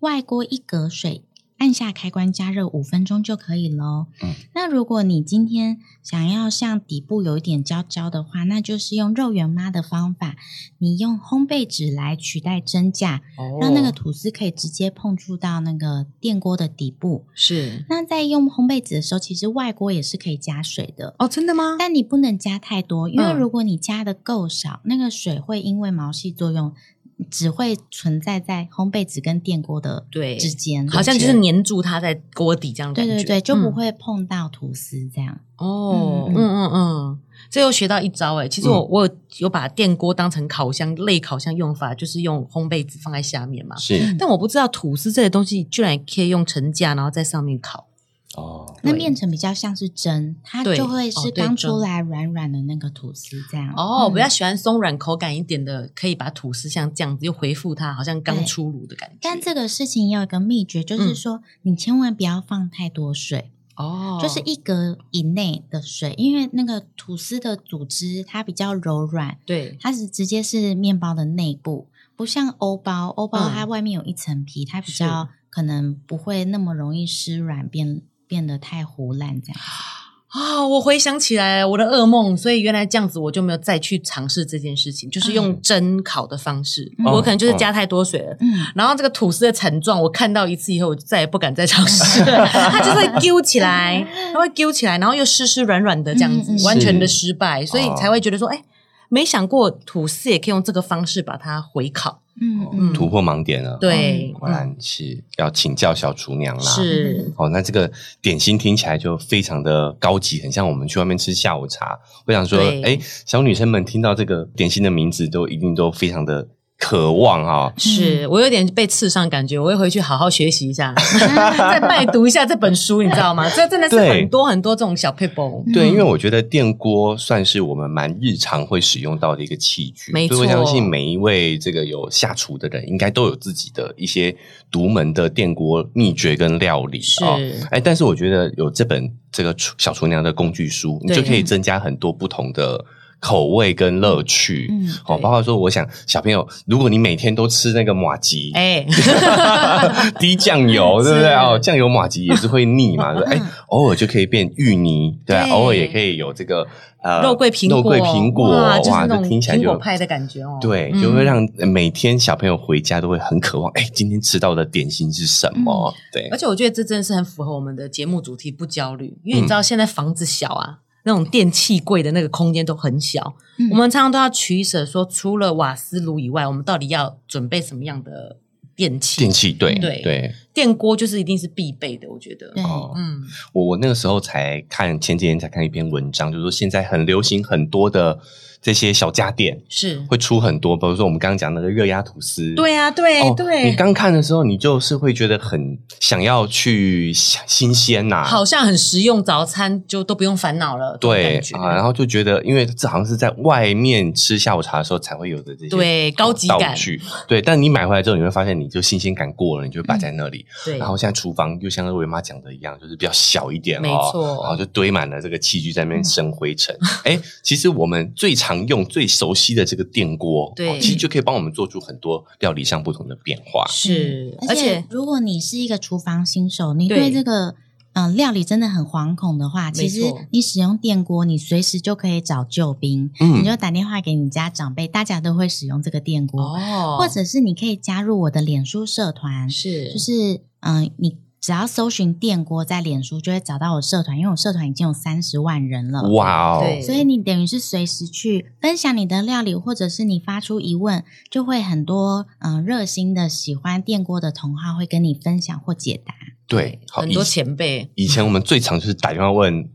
Speaker 3: 外锅一格水。按下开关加热五分钟就可以喽。
Speaker 2: 嗯
Speaker 3: 那如果你今天想要像底部有一点焦焦的话，那就是用肉圆妈的方法，你用烘焙纸来取代蒸架，
Speaker 1: 哦
Speaker 3: 让那个吐司可以直接碰触到那个电锅的底部。
Speaker 1: 是
Speaker 3: 那在用烘焙纸的时候，其实外锅也是可以加水的。
Speaker 1: 哦，真的吗？
Speaker 3: 但你不能加太多，因为
Speaker 1: 嗯
Speaker 3: 如果你加的够少，那个水会因为毛细作用，只会存在在烘焙纸跟电锅的
Speaker 1: 对
Speaker 3: 之间，
Speaker 1: 好像就是粘住它在锅底这样的
Speaker 3: 对
Speaker 1: 感觉，
Speaker 3: 对对，就不
Speaker 1: 嗯
Speaker 3: 会碰到吐司这样。
Speaker 1: 哦，嗯
Speaker 3: 嗯
Speaker 1: 嗯嗯，这又学到一招哎、其实我、
Speaker 2: 嗯
Speaker 1: 我有有把电锅当成烤箱类烤箱用法，就是用烘焙纸放在下面嘛。
Speaker 2: 是
Speaker 3: 嗯
Speaker 1: 但我不知道吐司这些东西居然也可以用成架，然后在上面烤。
Speaker 2: 哦，
Speaker 3: 那
Speaker 1: 对
Speaker 3: 变成比较像是蒸，它
Speaker 1: 对
Speaker 3: 就会
Speaker 1: 哦
Speaker 3: 是
Speaker 1: 对
Speaker 3: 刚
Speaker 1: 蒸
Speaker 3: 出来软软的那个吐司这样。
Speaker 1: 哦，
Speaker 3: 嗯
Speaker 1: 比较喜欢松软口感一点的，可以把吐司像这样子又恢复它好像刚
Speaker 3: 对
Speaker 1: 出炉的感觉。
Speaker 3: 嗯但这个事情也有一个秘诀，就是
Speaker 1: 嗯
Speaker 3: 说你千万不要放太多水，
Speaker 1: 哦，
Speaker 3: 就是一格以内的水，因为那个吐司的组织它比较柔软，
Speaker 1: 对
Speaker 3: 它是直接是面包的内部，不像欧包，欧包
Speaker 1: 嗯
Speaker 3: 它外面有一层皮，它比
Speaker 1: 是
Speaker 3: 较可能不会那么容易湿软，变变得太糊烂这样。
Speaker 1: 啊、我回想起来我的噩梦，所以原来这样子我就没有再去尝试这件事情，就是用
Speaker 2: 嗯
Speaker 1: 蒸烤的方式，
Speaker 3: 嗯
Speaker 1: 我可能就是加太多水了。
Speaker 3: 嗯，
Speaker 1: 然后这个吐司的惨状，我看到一次以后，我就再也不敢再尝试
Speaker 2: [LAUGHS]
Speaker 1: 了。它就是会揪起来，它会揪起来，然后又湿湿软软的这样子，
Speaker 3: 嗯嗯嗯
Speaker 1: 完全的
Speaker 2: 是
Speaker 1: 失败，所以
Speaker 2: 哦
Speaker 1: 才会觉得说，哎、没想过吐司也可以用这个方式把它回烤。
Speaker 3: 嗯
Speaker 1: 嗯
Speaker 3: 嗯，
Speaker 2: 突破盲点了。，
Speaker 1: 对，嗯
Speaker 2: 果然是要请教小厨娘啦。
Speaker 1: 是
Speaker 2: 哦，那这个点心听起来就非常的高级，很像我们去外面吃下午茶。我想说
Speaker 1: 对，
Speaker 2: 哎，小女生们听到这个点心的名字，都一定都非常的渴望啊、
Speaker 1: 是，我有点被刺伤，感觉我会回去好好学习一
Speaker 2: [LAUGHS]
Speaker 1: 下，再拜读一下这本书，你知道吗？这真的是
Speaker 2: 对
Speaker 1: 很多很多这种小 paper。
Speaker 2: 对，
Speaker 3: 嗯
Speaker 2: 因为我觉得电锅算是我们蛮日常会使用到的一个器具，
Speaker 1: 没
Speaker 2: 所以我
Speaker 1: 错
Speaker 2: 相信每一位这个有下厨的人，应该都有自己的一些独门的电锅秘诀跟料理
Speaker 1: 是
Speaker 2: 哦。哎，但是我觉得有这本这个厨小厨娘的工具书，你
Speaker 1: 对
Speaker 2: 就可以增加很多不同的口味跟乐趣。
Speaker 3: 嗯
Speaker 2: 哦，
Speaker 1: 对
Speaker 2: 包括说，我想小朋友，如果你每天都吃那个马吉， [LAUGHS]
Speaker 1: 哎， [LAUGHS]
Speaker 2: 滴酱油，对不对？
Speaker 1: 是
Speaker 2: 哦，酱油马吉也是会腻
Speaker 1: [LAUGHS]
Speaker 2: 嘛，对不对哎，偶尔就可以变芋泥，对啊，
Speaker 1: 对
Speaker 2: 偶尔也可以有这个呃
Speaker 1: 肉桂苹果，
Speaker 2: 肉桂苹果，
Speaker 1: 哇，就是那
Speaker 2: 这
Speaker 1: 种
Speaker 2: 听起来
Speaker 1: 苹
Speaker 2: 就
Speaker 1: 果派的感觉哦。
Speaker 2: 对，
Speaker 1: 嗯
Speaker 2: 就会让呃每天小朋友回家都会很渴望，哎，今天吃到的点心是什么？对
Speaker 1: 嗯而，且我觉得这真的是很符合我们的节目主题，不焦虑，因为你
Speaker 2: 嗯
Speaker 1: 知道现在房子小啊。那种电器柜的那个空间都很小，
Speaker 3: 嗯
Speaker 1: 我们常常都要取舍，说除了瓦斯炉以外，我们到底要准备什么样的电器？
Speaker 2: 电器，对
Speaker 1: 嗯对
Speaker 2: 对，
Speaker 1: 电锅就是一定是必备的，我觉得。
Speaker 3: 对
Speaker 2: 哦，
Speaker 1: 嗯，
Speaker 2: 我我那个时候才看前几天才看一篇文章，就是说现在很流行很多的这些小家电。
Speaker 1: 是，
Speaker 2: 会出很多，比如说我们刚刚讲那个热压吐司，
Speaker 1: 对啊，对、
Speaker 2: 哦，
Speaker 1: 对，
Speaker 2: 你刚看的时候，你就是会觉得很想要去想新鲜呐、
Speaker 1: 好像很实用，早餐就都不用烦恼了。
Speaker 2: 对
Speaker 1: 这种
Speaker 2: 啊，
Speaker 1: 感觉
Speaker 2: 然后就觉得，因为这好像是在外面吃下午茶的时候才会有的这些
Speaker 1: 对高级
Speaker 2: 道
Speaker 1: 感
Speaker 2: 具，对。但你买回来之后，你会发现你就新鲜感过了，你就摆在那里。
Speaker 1: 对，
Speaker 2: 然后现在厨房又像瑞妈讲的一样，就是比较小一点哦，
Speaker 1: 没错
Speaker 2: 然后就堆满了这个器具在那边生灰
Speaker 1: [LAUGHS]
Speaker 2: 尘。哎、其实我们最常用、最熟悉的这个电锅，
Speaker 1: 对
Speaker 2: 哦其实就可以帮我们做出很多料理上不同的变化。
Speaker 1: 是，
Speaker 2: 嗯
Speaker 1: 而
Speaker 3: 嗯而
Speaker 1: 且
Speaker 3: 如果你是一个厨房新手，你
Speaker 1: 对
Speaker 3: 对这个嗯、呃料理真的很惶恐的话，其实
Speaker 1: 没错
Speaker 3: 你使用电锅，你随时就可以找救兵，
Speaker 2: 嗯
Speaker 3: 你就打电话给你家长辈，大家都会使用这个电锅，
Speaker 1: 哦
Speaker 3: 或者是你可以加入我的脸书社团，
Speaker 1: 是
Speaker 3: 就是嗯、呃你。只要搜寻电锅在脸书，就会找到我社团，因为我社团已经有三十万人了。
Speaker 2: 哇哦！
Speaker 1: 嗯对
Speaker 3: 所以你等于是随时去分享你的料理，或者是你发出疑问，就会很多嗯、呃热心的喜欢电锅的同好会跟你分享或解答。
Speaker 2: 对，好
Speaker 1: 很多
Speaker 2: 以
Speaker 1: 前辈
Speaker 2: 以前我们最常就是打电话问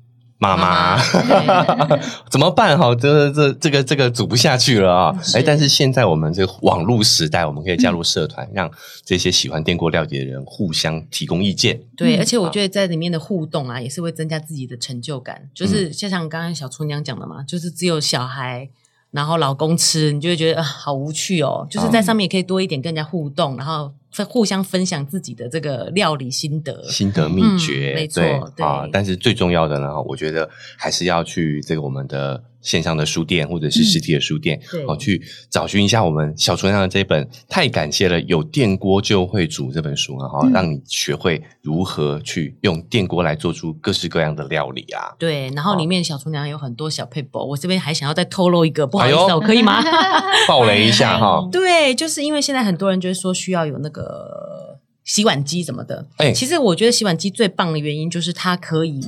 Speaker 2: 妈妈
Speaker 1: 妈妈
Speaker 2: [LAUGHS] 怎么办，哈，这这这个这个煮不下去了啊！
Speaker 1: 嗯是嗯
Speaker 2: 哎，但是现在我们这个网络时代，我们可以加入社团，让这些喜欢电锅料理的人互相提供意见。
Speaker 1: 对，
Speaker 3: 嗯
Speaker 1: 而且我觉得在里面的互动啊，也是会增加自己的成就感。就是
Speaker 2: 嗯
Speaker 1: 就像刚刚小厨娘讲的嘛，就是只有小孩，然后老公吃，你就会觉得、啊、好无趣哦。就是
Speaker 2: 嗯
Speaker 1: 在上面也可以多一点跟人家互动，然后分互相分享自己的这个料理心得。
Speaker 2: 心得秘诀，
Speaker 1: 嗯没错
Speaker 2: 对啊
Speaker 1: 对，
Speaker 2: 但是最重要的呢，我觉得还是要去这个我们的线上的书店或者是
Speaker 1: 嗯
Speaker 2: 实体的书店，
Speaker 5: 对
Speaker 2: 哦，去找寻一下我们小春上的这本《太感谢了，有电锅就会煮》这本书啊，哈、
Speaker 3: 嗯
Speaker 2: 让你学会如何去用电锅来做出各式各样的料理啊。
Speaker 1: 对，然后里面小厨娘有很多小配博，我这边还想要再透露一个，不好意
Speaker 2: 哎
Speaker 1: 思、
Speaker 2: 呦
Speaker 1: 哦，可以吗？ [LAUGHS]
Speaker 2: 爆雷一
Speaker 1: 哎
Speaker 2: 下哈，
Speaker 1: 对，就是因为现在很多人就是说需要有那个洗碗机什么的，
Speaker 2: 哎
Speaker 1: 其实我觉得洗碗机最棒的原因就是它可以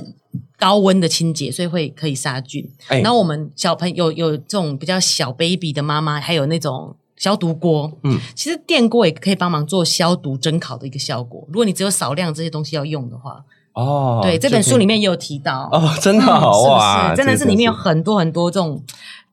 Speaker 1: 高温的清洁，所以会可以杀菌。
Speaker 2: 哎，
Speaker 1: 然后我们小朋友有这种比较小 baby 的妈妈，还有那种消毒锅，
Speaker 2: 嗯
Speaker 1: 嗯，其实电锅也可以帮忙做消毒蒸烤的一个效果。如果你只有少量这些东西要用的话，
Speaker 2: 哦，
Speaker 1: 对，这本
Speaker 2: 就
Speaker 1: 书
Speaker 2: 是
Speaker 1: 里面也有提到，
Speaker 2: 哦，真的好
Speaker 1: 嗯
Speaker 2: 哇，
Speaker 1: 是不是？真的
Speaker 2: 这
Speaker 1: 是
Speaker 2: 个
Speaker 1: 里面有很多很多这种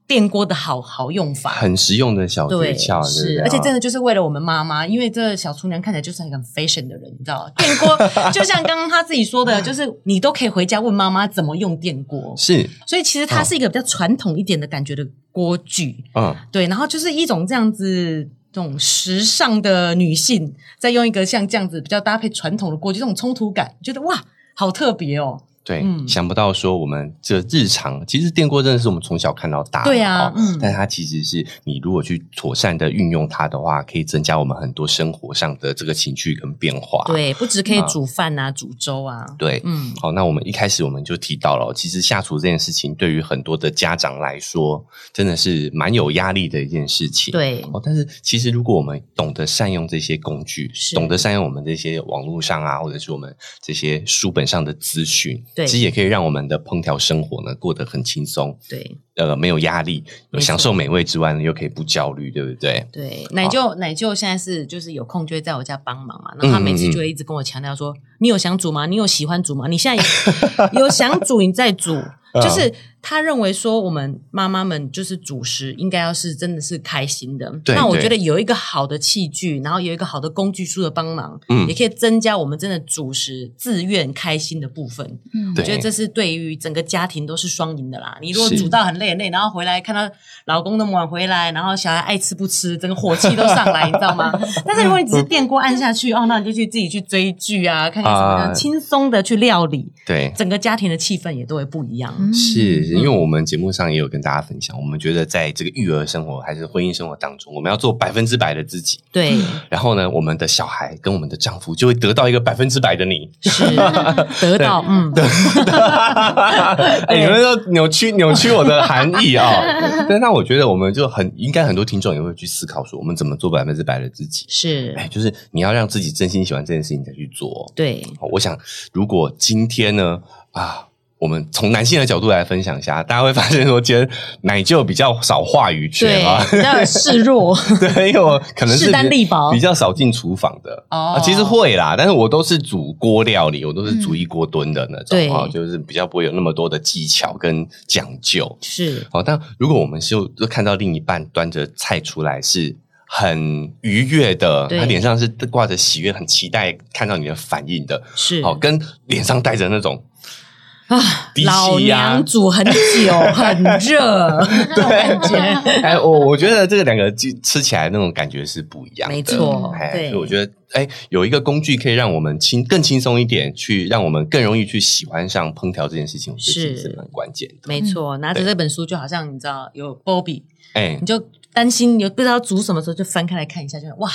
Speaker 1: 电锅的好好用法，
Speaker 2: 很实用的小诀
Speaker 1: 对，
Speaker 2: 窍，对不啊
Speaker 1: 是
Speaker 2: 对，哦
Speaker 1: 而且真
Speaker 2: 的
Speaker 1: 的就是为了我们妈妈，因为这小厨娘看起来就是一个很 fashion 的人，你知道吗？电锅就像刚刚她自己说的，就是你都可以回家问妈妈怎么用电锅，
Speaker 2: 是，
Speaker 1: 所以其实它
Speaker 2: 哦
Speaker 1: 是一个比较传统一点的感觉的锅具，
Speaker 2: 嗯，
Speaker 1: 对，然后就是一种这样子。这种时尚的女性，再用一个像这样子比较搭配传统的锅具，这种冲突感，觉得哇，好特别哦！
Speaker 2: 对，
Speaker 1: 嗯
Speaker 2: 想不到说我们这日常，其实电锅真的是我们从小看到大的哦，
Speaker 1: 对啊嗯
Speaker 2: 但它其实是你如果去妥善的运用它的话，可以增加我们很多生活上的这个情绪跟变化，。
Speaker 1: 对，不只可以
Speaker 2: 啊
Speaker 1: 煮饭啊，煮粥啊，
Speaker 2: 对，
Speaker 1: 嗯，
Speaker 2: 好，那我们一开始我们就提到了哦，其实下厨这件事情对于很多的家长来说，真的是蛮有压力的一件事情。
Speaker 1: 对，
Speaker 2: 哦，但是其实如果我们懂得善用这些工具，
Speaker 1: 是
Speaker 2: 懂得善用我们这些网络上啊，或者是我们这些书本上的资讯，
Speaker 1: 对
Speaker 2: 其实也可以让我们的烹调生活呢过得很轻松，
Speaker 1: 对，
Speaker 2: 呃，没有压力，有
Speaker 1: 没错
Speaker 2: 享受美味之外呢，又可以不焦虑，对不对？
Speaker 1: 对，奶舅奶舅现在是就是有空就会在我家帮忙嘛，然后他
Speaker 2: 嗯
Speaker 1: 每次就会一直跟我强调说：“你有想煮吗？你有喜欢煮吗？你现在有 [LAUGHS] 有想煮你再煮。”
Speaker 2: 嗯
Speaker 1: 就是他认为说我们妈妈们就是主食应该要是真的是开心的。
Speaker 2: 对
Speaker 1: 那我
Speaker 2: 对
Speaker 1: 觉得有一个好的器具，然后有一个好的工具书的帮忙，
Speaker 2: 嗯
Speaker 1: 也可以增加我们真的主食自愿开心的部分。
Speaker 3: 嗯
Speaker 1: 我
Speaker 2: 对
Speaker 1: 觉得这是对于整个家庭都是双赢的啦。你如果
Speaker 2: 是
Speaker 1: 煮到很累很累，然后回来看到老公那么晚回来，然后小孩爱吃不吃，整个火气都上
Speaker 2: [LAUGHS]
Speaker 1: 来，你知道吗？但是如果你只是电锅按下去，哦，那你就去自己去追剧啊，看看什么
Speaker 2: 啊
Speaker 1: 的，轻松的去料理，
Speaker 2: 对。
Speaker 1: 整个家庭的气氛也都会不一样。
Speaker 3: 嗯
Speaker 2: 是，因为我们节目上也有跟大家分享，我们觉得在这个育儿生活还是婚姻生活当中，我们要做百分之百的自己。 [LAUGHS]
Speaker 1: 对，
Speaker 2: 然后呢，我们的小孩跟我们的丈夫就会得到一个百分之百的你。
Speaker 1: 是得到嗯，
Speaker 2: [LAUGHS] 哎，你们都扭曲扭曲我的含义啊、
Speaker 1: [LAUGHS]
Speaker 2: 但那我觉得我们就很应该很多听众也会去思考说，我们怎么做百分之百的自己？
Speaker 1: 是
Speaker 2: 哎，就是你要让自己真心喜欢这件事情再去做。哦
Speaker 1: 对，
Speaker 2: 好我想，如果今天呢啊。我们从男性的角度来分享一下，大家会发现说，今天奶就比较少话语权
Speaker 1: 对
Speaker 2: 啊，，
Speaker 1: 比较示弱
Speaker 2: 对，因为我可能是
Speaker 1: 势单力薄
Speaker 2: 比较少进厨房的，
Speaker 1: 哦
Speaker 2: [LAUGHS] 啊，其实会啦，但是我都是煮锅料理，我都是煮一锅炖的那
Speaker 1: 对
Speaker 2: 种啊、哦就是比较不会有那么多的技巧跟讲究。
Speaker 1: 是
Speaker 2: 好、但如果我们就就看到另一半端着菜出来是。很愉悦的，
Speaker 1: 对
Speaker 2: 他脸上是挂着喜悦，很期待看到你的反应的。
Speaker 1: 是
Speaker 2: 好、跟脸上带着那种
Speaker 1: 啊
Speaker 2: 低气压
Speaker 1: 老娘煮很久，很热，这种感觉。
Speaker 2: [LAUGHS] 哎，我我觉得这个两个吃吃起来那种感觉是不一样的，
Speaker 1: 没错
Speaker 2: 哎，
Speaker 1: 对
Speaker 2: 所以我觉得，哎，有一个工具可以让我们轻更轻松一点，去让我们更容易去喜欢上烹调这件事情，我觉得
Speaker 1: 是
Speaker 2: 其实是蛮关键的。
Speaker 1: 没错，拿着
Speaker 2: 对
Speaker 1: 这本书就好像你知道有 Bobby，
Speaker 2: 哎
Speaker 1: 你，就担心你不知道煮什么时候，就翻开来看一下，就哇，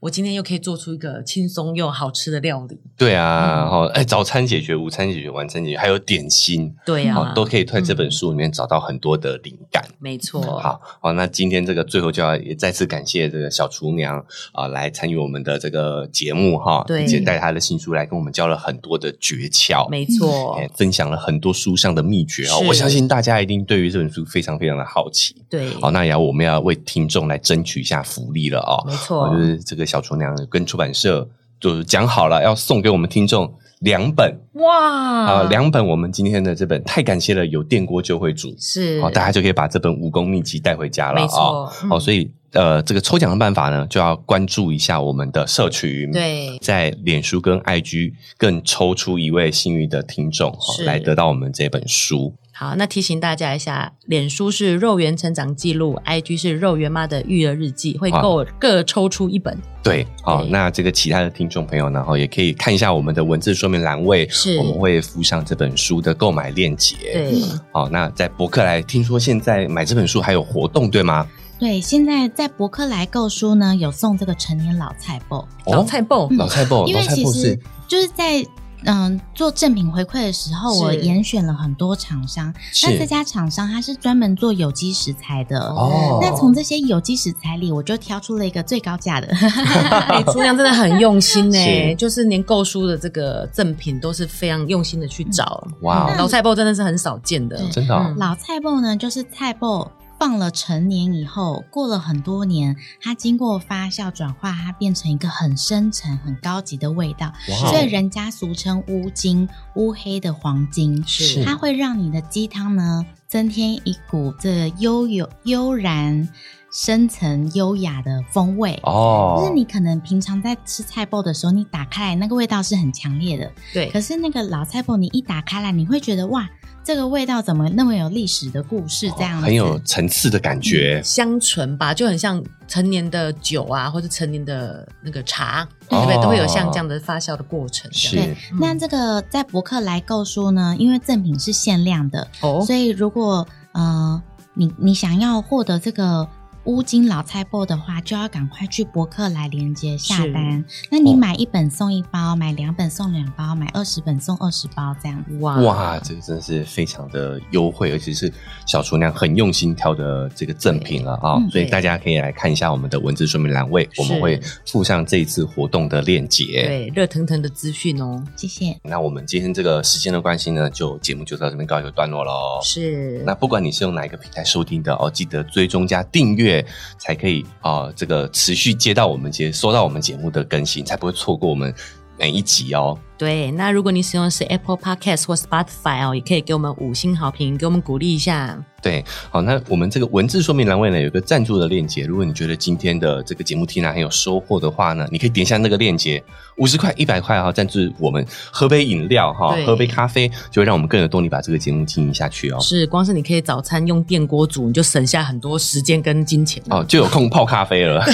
Speaker 1: 我今天又可以做出一个轻松又好吃的料理。
Speaker 2: 对啊，然后哎，早餐解决，午餐解决，晚餐解决，还有点心，
Speaker 1: 对呀、
Speaker 2: 哦，
Speaker 1: 啊，
Speaker 2: 都可以在这本书里面找到很多的灵感。
Speaker 1: 没错。
Speaker 2: 好，好，那今天这个最后就要也再次感谢这个小厨娘啊、来参与我们的这个节目哈，
Speaker 1: 对
Speaker 2: 并且带她的新书来跟我们教了很多的诀窍，
Speaker 1: 没错，
Speaker 2: [LAUGHS] 哎分享了很多书上的秘诀哦。
Speaker 1: 是
Speaker 2: 我相信大家一定对于这本书非常非常的好奇。
Speaker 1: 对，
Speaker 2: 好，那也要我们要为听众来争取一下福利了哦。
Speaker 1: 没错
Speaker 2: 哦就是这个小厨娘跟出版社就是讲好了，要送给我们听众两本
Speaker 1: 哇，
Speaker 2: 啊、两本我们今天的这本太感谢了，有电锅就会煮。
Speaker 1: 是
Speaker 2: 好，大家就可以把这本武功秘籍带回家了
Speaker 1: 没
Speaker 2: 啊、哦！
Speaker 1: 错，嗯
Speaker 2: 好，所以呃，这个抽奖的办法呢，就要关注一下我们的社群，，
Speaker 1: 对，
Speaker 2: 在脸书跟 IG 更抽出一位幸运的听众、哦
Speaker 1: 是
Speaker 2: 来得到我们这本书。
Speaker 1: 好，那提醒大家一下，脸书是肉圆成长记录，IG 是肉圆妈的育儿日记，会各各抽出一本。
Speaker 2: 对，好、
Speaker 1: 对
Speaker 2: 那这个其他的听众朋友呢，哦哈，也可以看一下我们的文字说明栏位，
Speaker 1: 是
Speaker 2: 我们会附上这本书的购买链接。，
Speaker 1: 对，
Speaker 2: 好、那在博客来听说现在买这本书还有活动，对吗？
Speaker 3: 对，现在在博客来购书呢，有送这个成年老菜包，
Speaker 1: 老菜包
Speaker 2: 老菜包，
Speaker 3: 因
Speaker 2: 哦老
Speaker 3: 为
Speaker 2: 菜
Speaker 3: 其
Speaker 2: 包
Speaker 3: 实
Speaker 2: 是
Speaker 3: 就是在。嗯，做正品回馈的时候，我
Speaker 1: 是
Speaker 3: 严选了很多厂商。那这
Speaker 2: 是
Speaker 3: 家厂商它是专门做有机食材的，
Speaker 2: 哦
Speaker 3: 那从这些有机食材里，我就挑出了一个最高价的。
Speaker 1: 哎，厨娘真的很用
Speaker 2: [LAUGHS]
Speaker 1: 心呢、
Speaker 2: 是
Speaker 1: 就是连购书的这个赠品都是非常用心的去找。嗯
Speaker 2: 哇哦
Speaker 1: 老菜包真的是很少见的，
Speaker 3: 对
Speaker 2: 真的、哦
Speaker 1: 嗯
Speaker 3: 老菜脯呢，就是菜脯放了成年以后，过了很多年，它经过发酵转化，它变成一个很深沉、很高级的味道，
Speaker 2: 哇
Speaker 3: 所以
Speaker 2: 哦，
Speaker 3: 人家俗称乌金、乌黑的黄金，
Speaker 2: 是
Speaker 3: 它会让你的鸡汤呢增添一股这悠有悠然、深层、优雅的风味。
Speaker 2: 哦，
Speaker 3: 就是你可能平常在吃菜脯的时候，你打开来那个味道是很强烈的，
Speaker 1: 对
Speaker 3: 可是那个老菜脯，你一打开来，你会觉得哇，这个味道怎么那么有历史的故事
Speaker 2: 哦
Speaker 3: 这样子？嗯
Speaker 2: 很有层次的感觉，
Speaker 1: 香醇吧，就很像成年的酒啊，或者成年的那个茶，对不对？
Speaker 2: 哦
Speaker 1: 都会有像这样的发酵的过程。这样
Speaker 2: 是
Speaker 3: 对那这个在博客来购书呢，因为赠品是限量的，
Speaker 1: 哦
Speaker 3: 所以如果呃你你想要获得这个。乌金老菜脯的话，就要赶快去博客来连接下单。那你
Speaker 2: 哦
Speaker 3: 买一本送一包，买两本送两包，买二十本送二十包这样子。
Speaker 1: 哇
Speaker 2: 哇，这个真是非常的优惠，而且是小厨娘很用心挑的这个赠品了啊、
Speaker 3: 嗯
Speaker 2: 所以
Speaker 1: 对
Speaker 2: 大家可以来看一下我们的文字说明栏位，我们
Speaker 1: 是
Speaker 2: 会附上这一次活动的链接。
Speaker 1: 对，热腾腾的资讯哦，
Speaker 3: 谢谢。
Speaker 2: 那我们今天这个时间的关系呢，就节目就到这边告一个段落喽。
Speaker 1: 是
Speaker 2: 那不管你是用哪一个平台收听的哦，记得追踪加订阅，才可以啊、这个持续接到我们节收到我们节目的更新，才不会错过我们每一集哦。
Speaker 1: 对。那如果你使用的是 Apple Podcast 或 Spotify 哦，也可以给我们五星好评，给我们鼓励一下。
Speaker 2: 对，好，那我们这个文字说明栏位呢有一个赞助的链接，如果你觉得今天的这个节目听来很有收获的话呢，你可以点一下那个链接，五十块、一百块哈，啊赞助我们喝杯饮料哈，
Speaker 1: 对
Speaker 2: 喝杯咖啡，就会让我们更有动力把这个节目经营下去哦。
Speaker 1: 是，光是你可以早餐用电锅煮，你就省下很多时间跟金钱。
Speaker 2: [LAUGHS] 哦，就有空泡咖啡
Speaker 1: [LAUGHS]
Speaker 2: 了。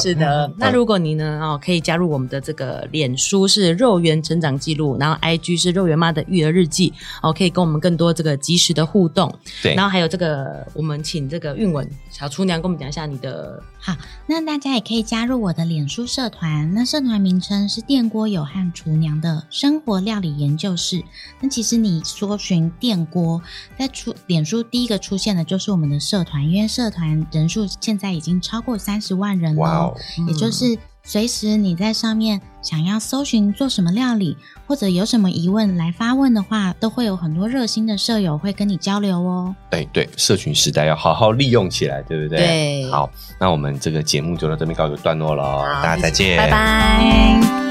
Speaker 1: 是的，那如果你呢哦，可以加入我们的这个脸书是肉圆成长记录，然后 IG 是肉圆妈的育儿日记哦，可以跟我们更多这个及时的互动。
Speaker 2: 对
Speaker 1: 然后还有这个，我们请这个韵文小厨娘跟我们讲一下你的
Speaker 3: 那大家也可以加入我的脸书社团，那社团名称是“电锅友和厨娘的生活料理研究室”。那其实你搜寻“电锅”，在出脸书第一个出现的就是我们的社团，因为社团人数现在已经超过三十万人了，
Speaker 2: 哇哦，
Speaker 3: 也就是随时你在上面想要搜寻做什么料理，或者有什么疑问来发问的话，都会有很多热心的舍友会跟你交流哦。
Speaker 2: 对哎对，社群时代要好好利用起来，对不对？
Speaker 1: 对
Speaker 2: 好，那我们这个节目就到这边告一个段落了，哦
Speaker 1: 好
Speaker 2: 大家再见，
Speaker 1: 啊拜拜。
Speaker 3: 拜。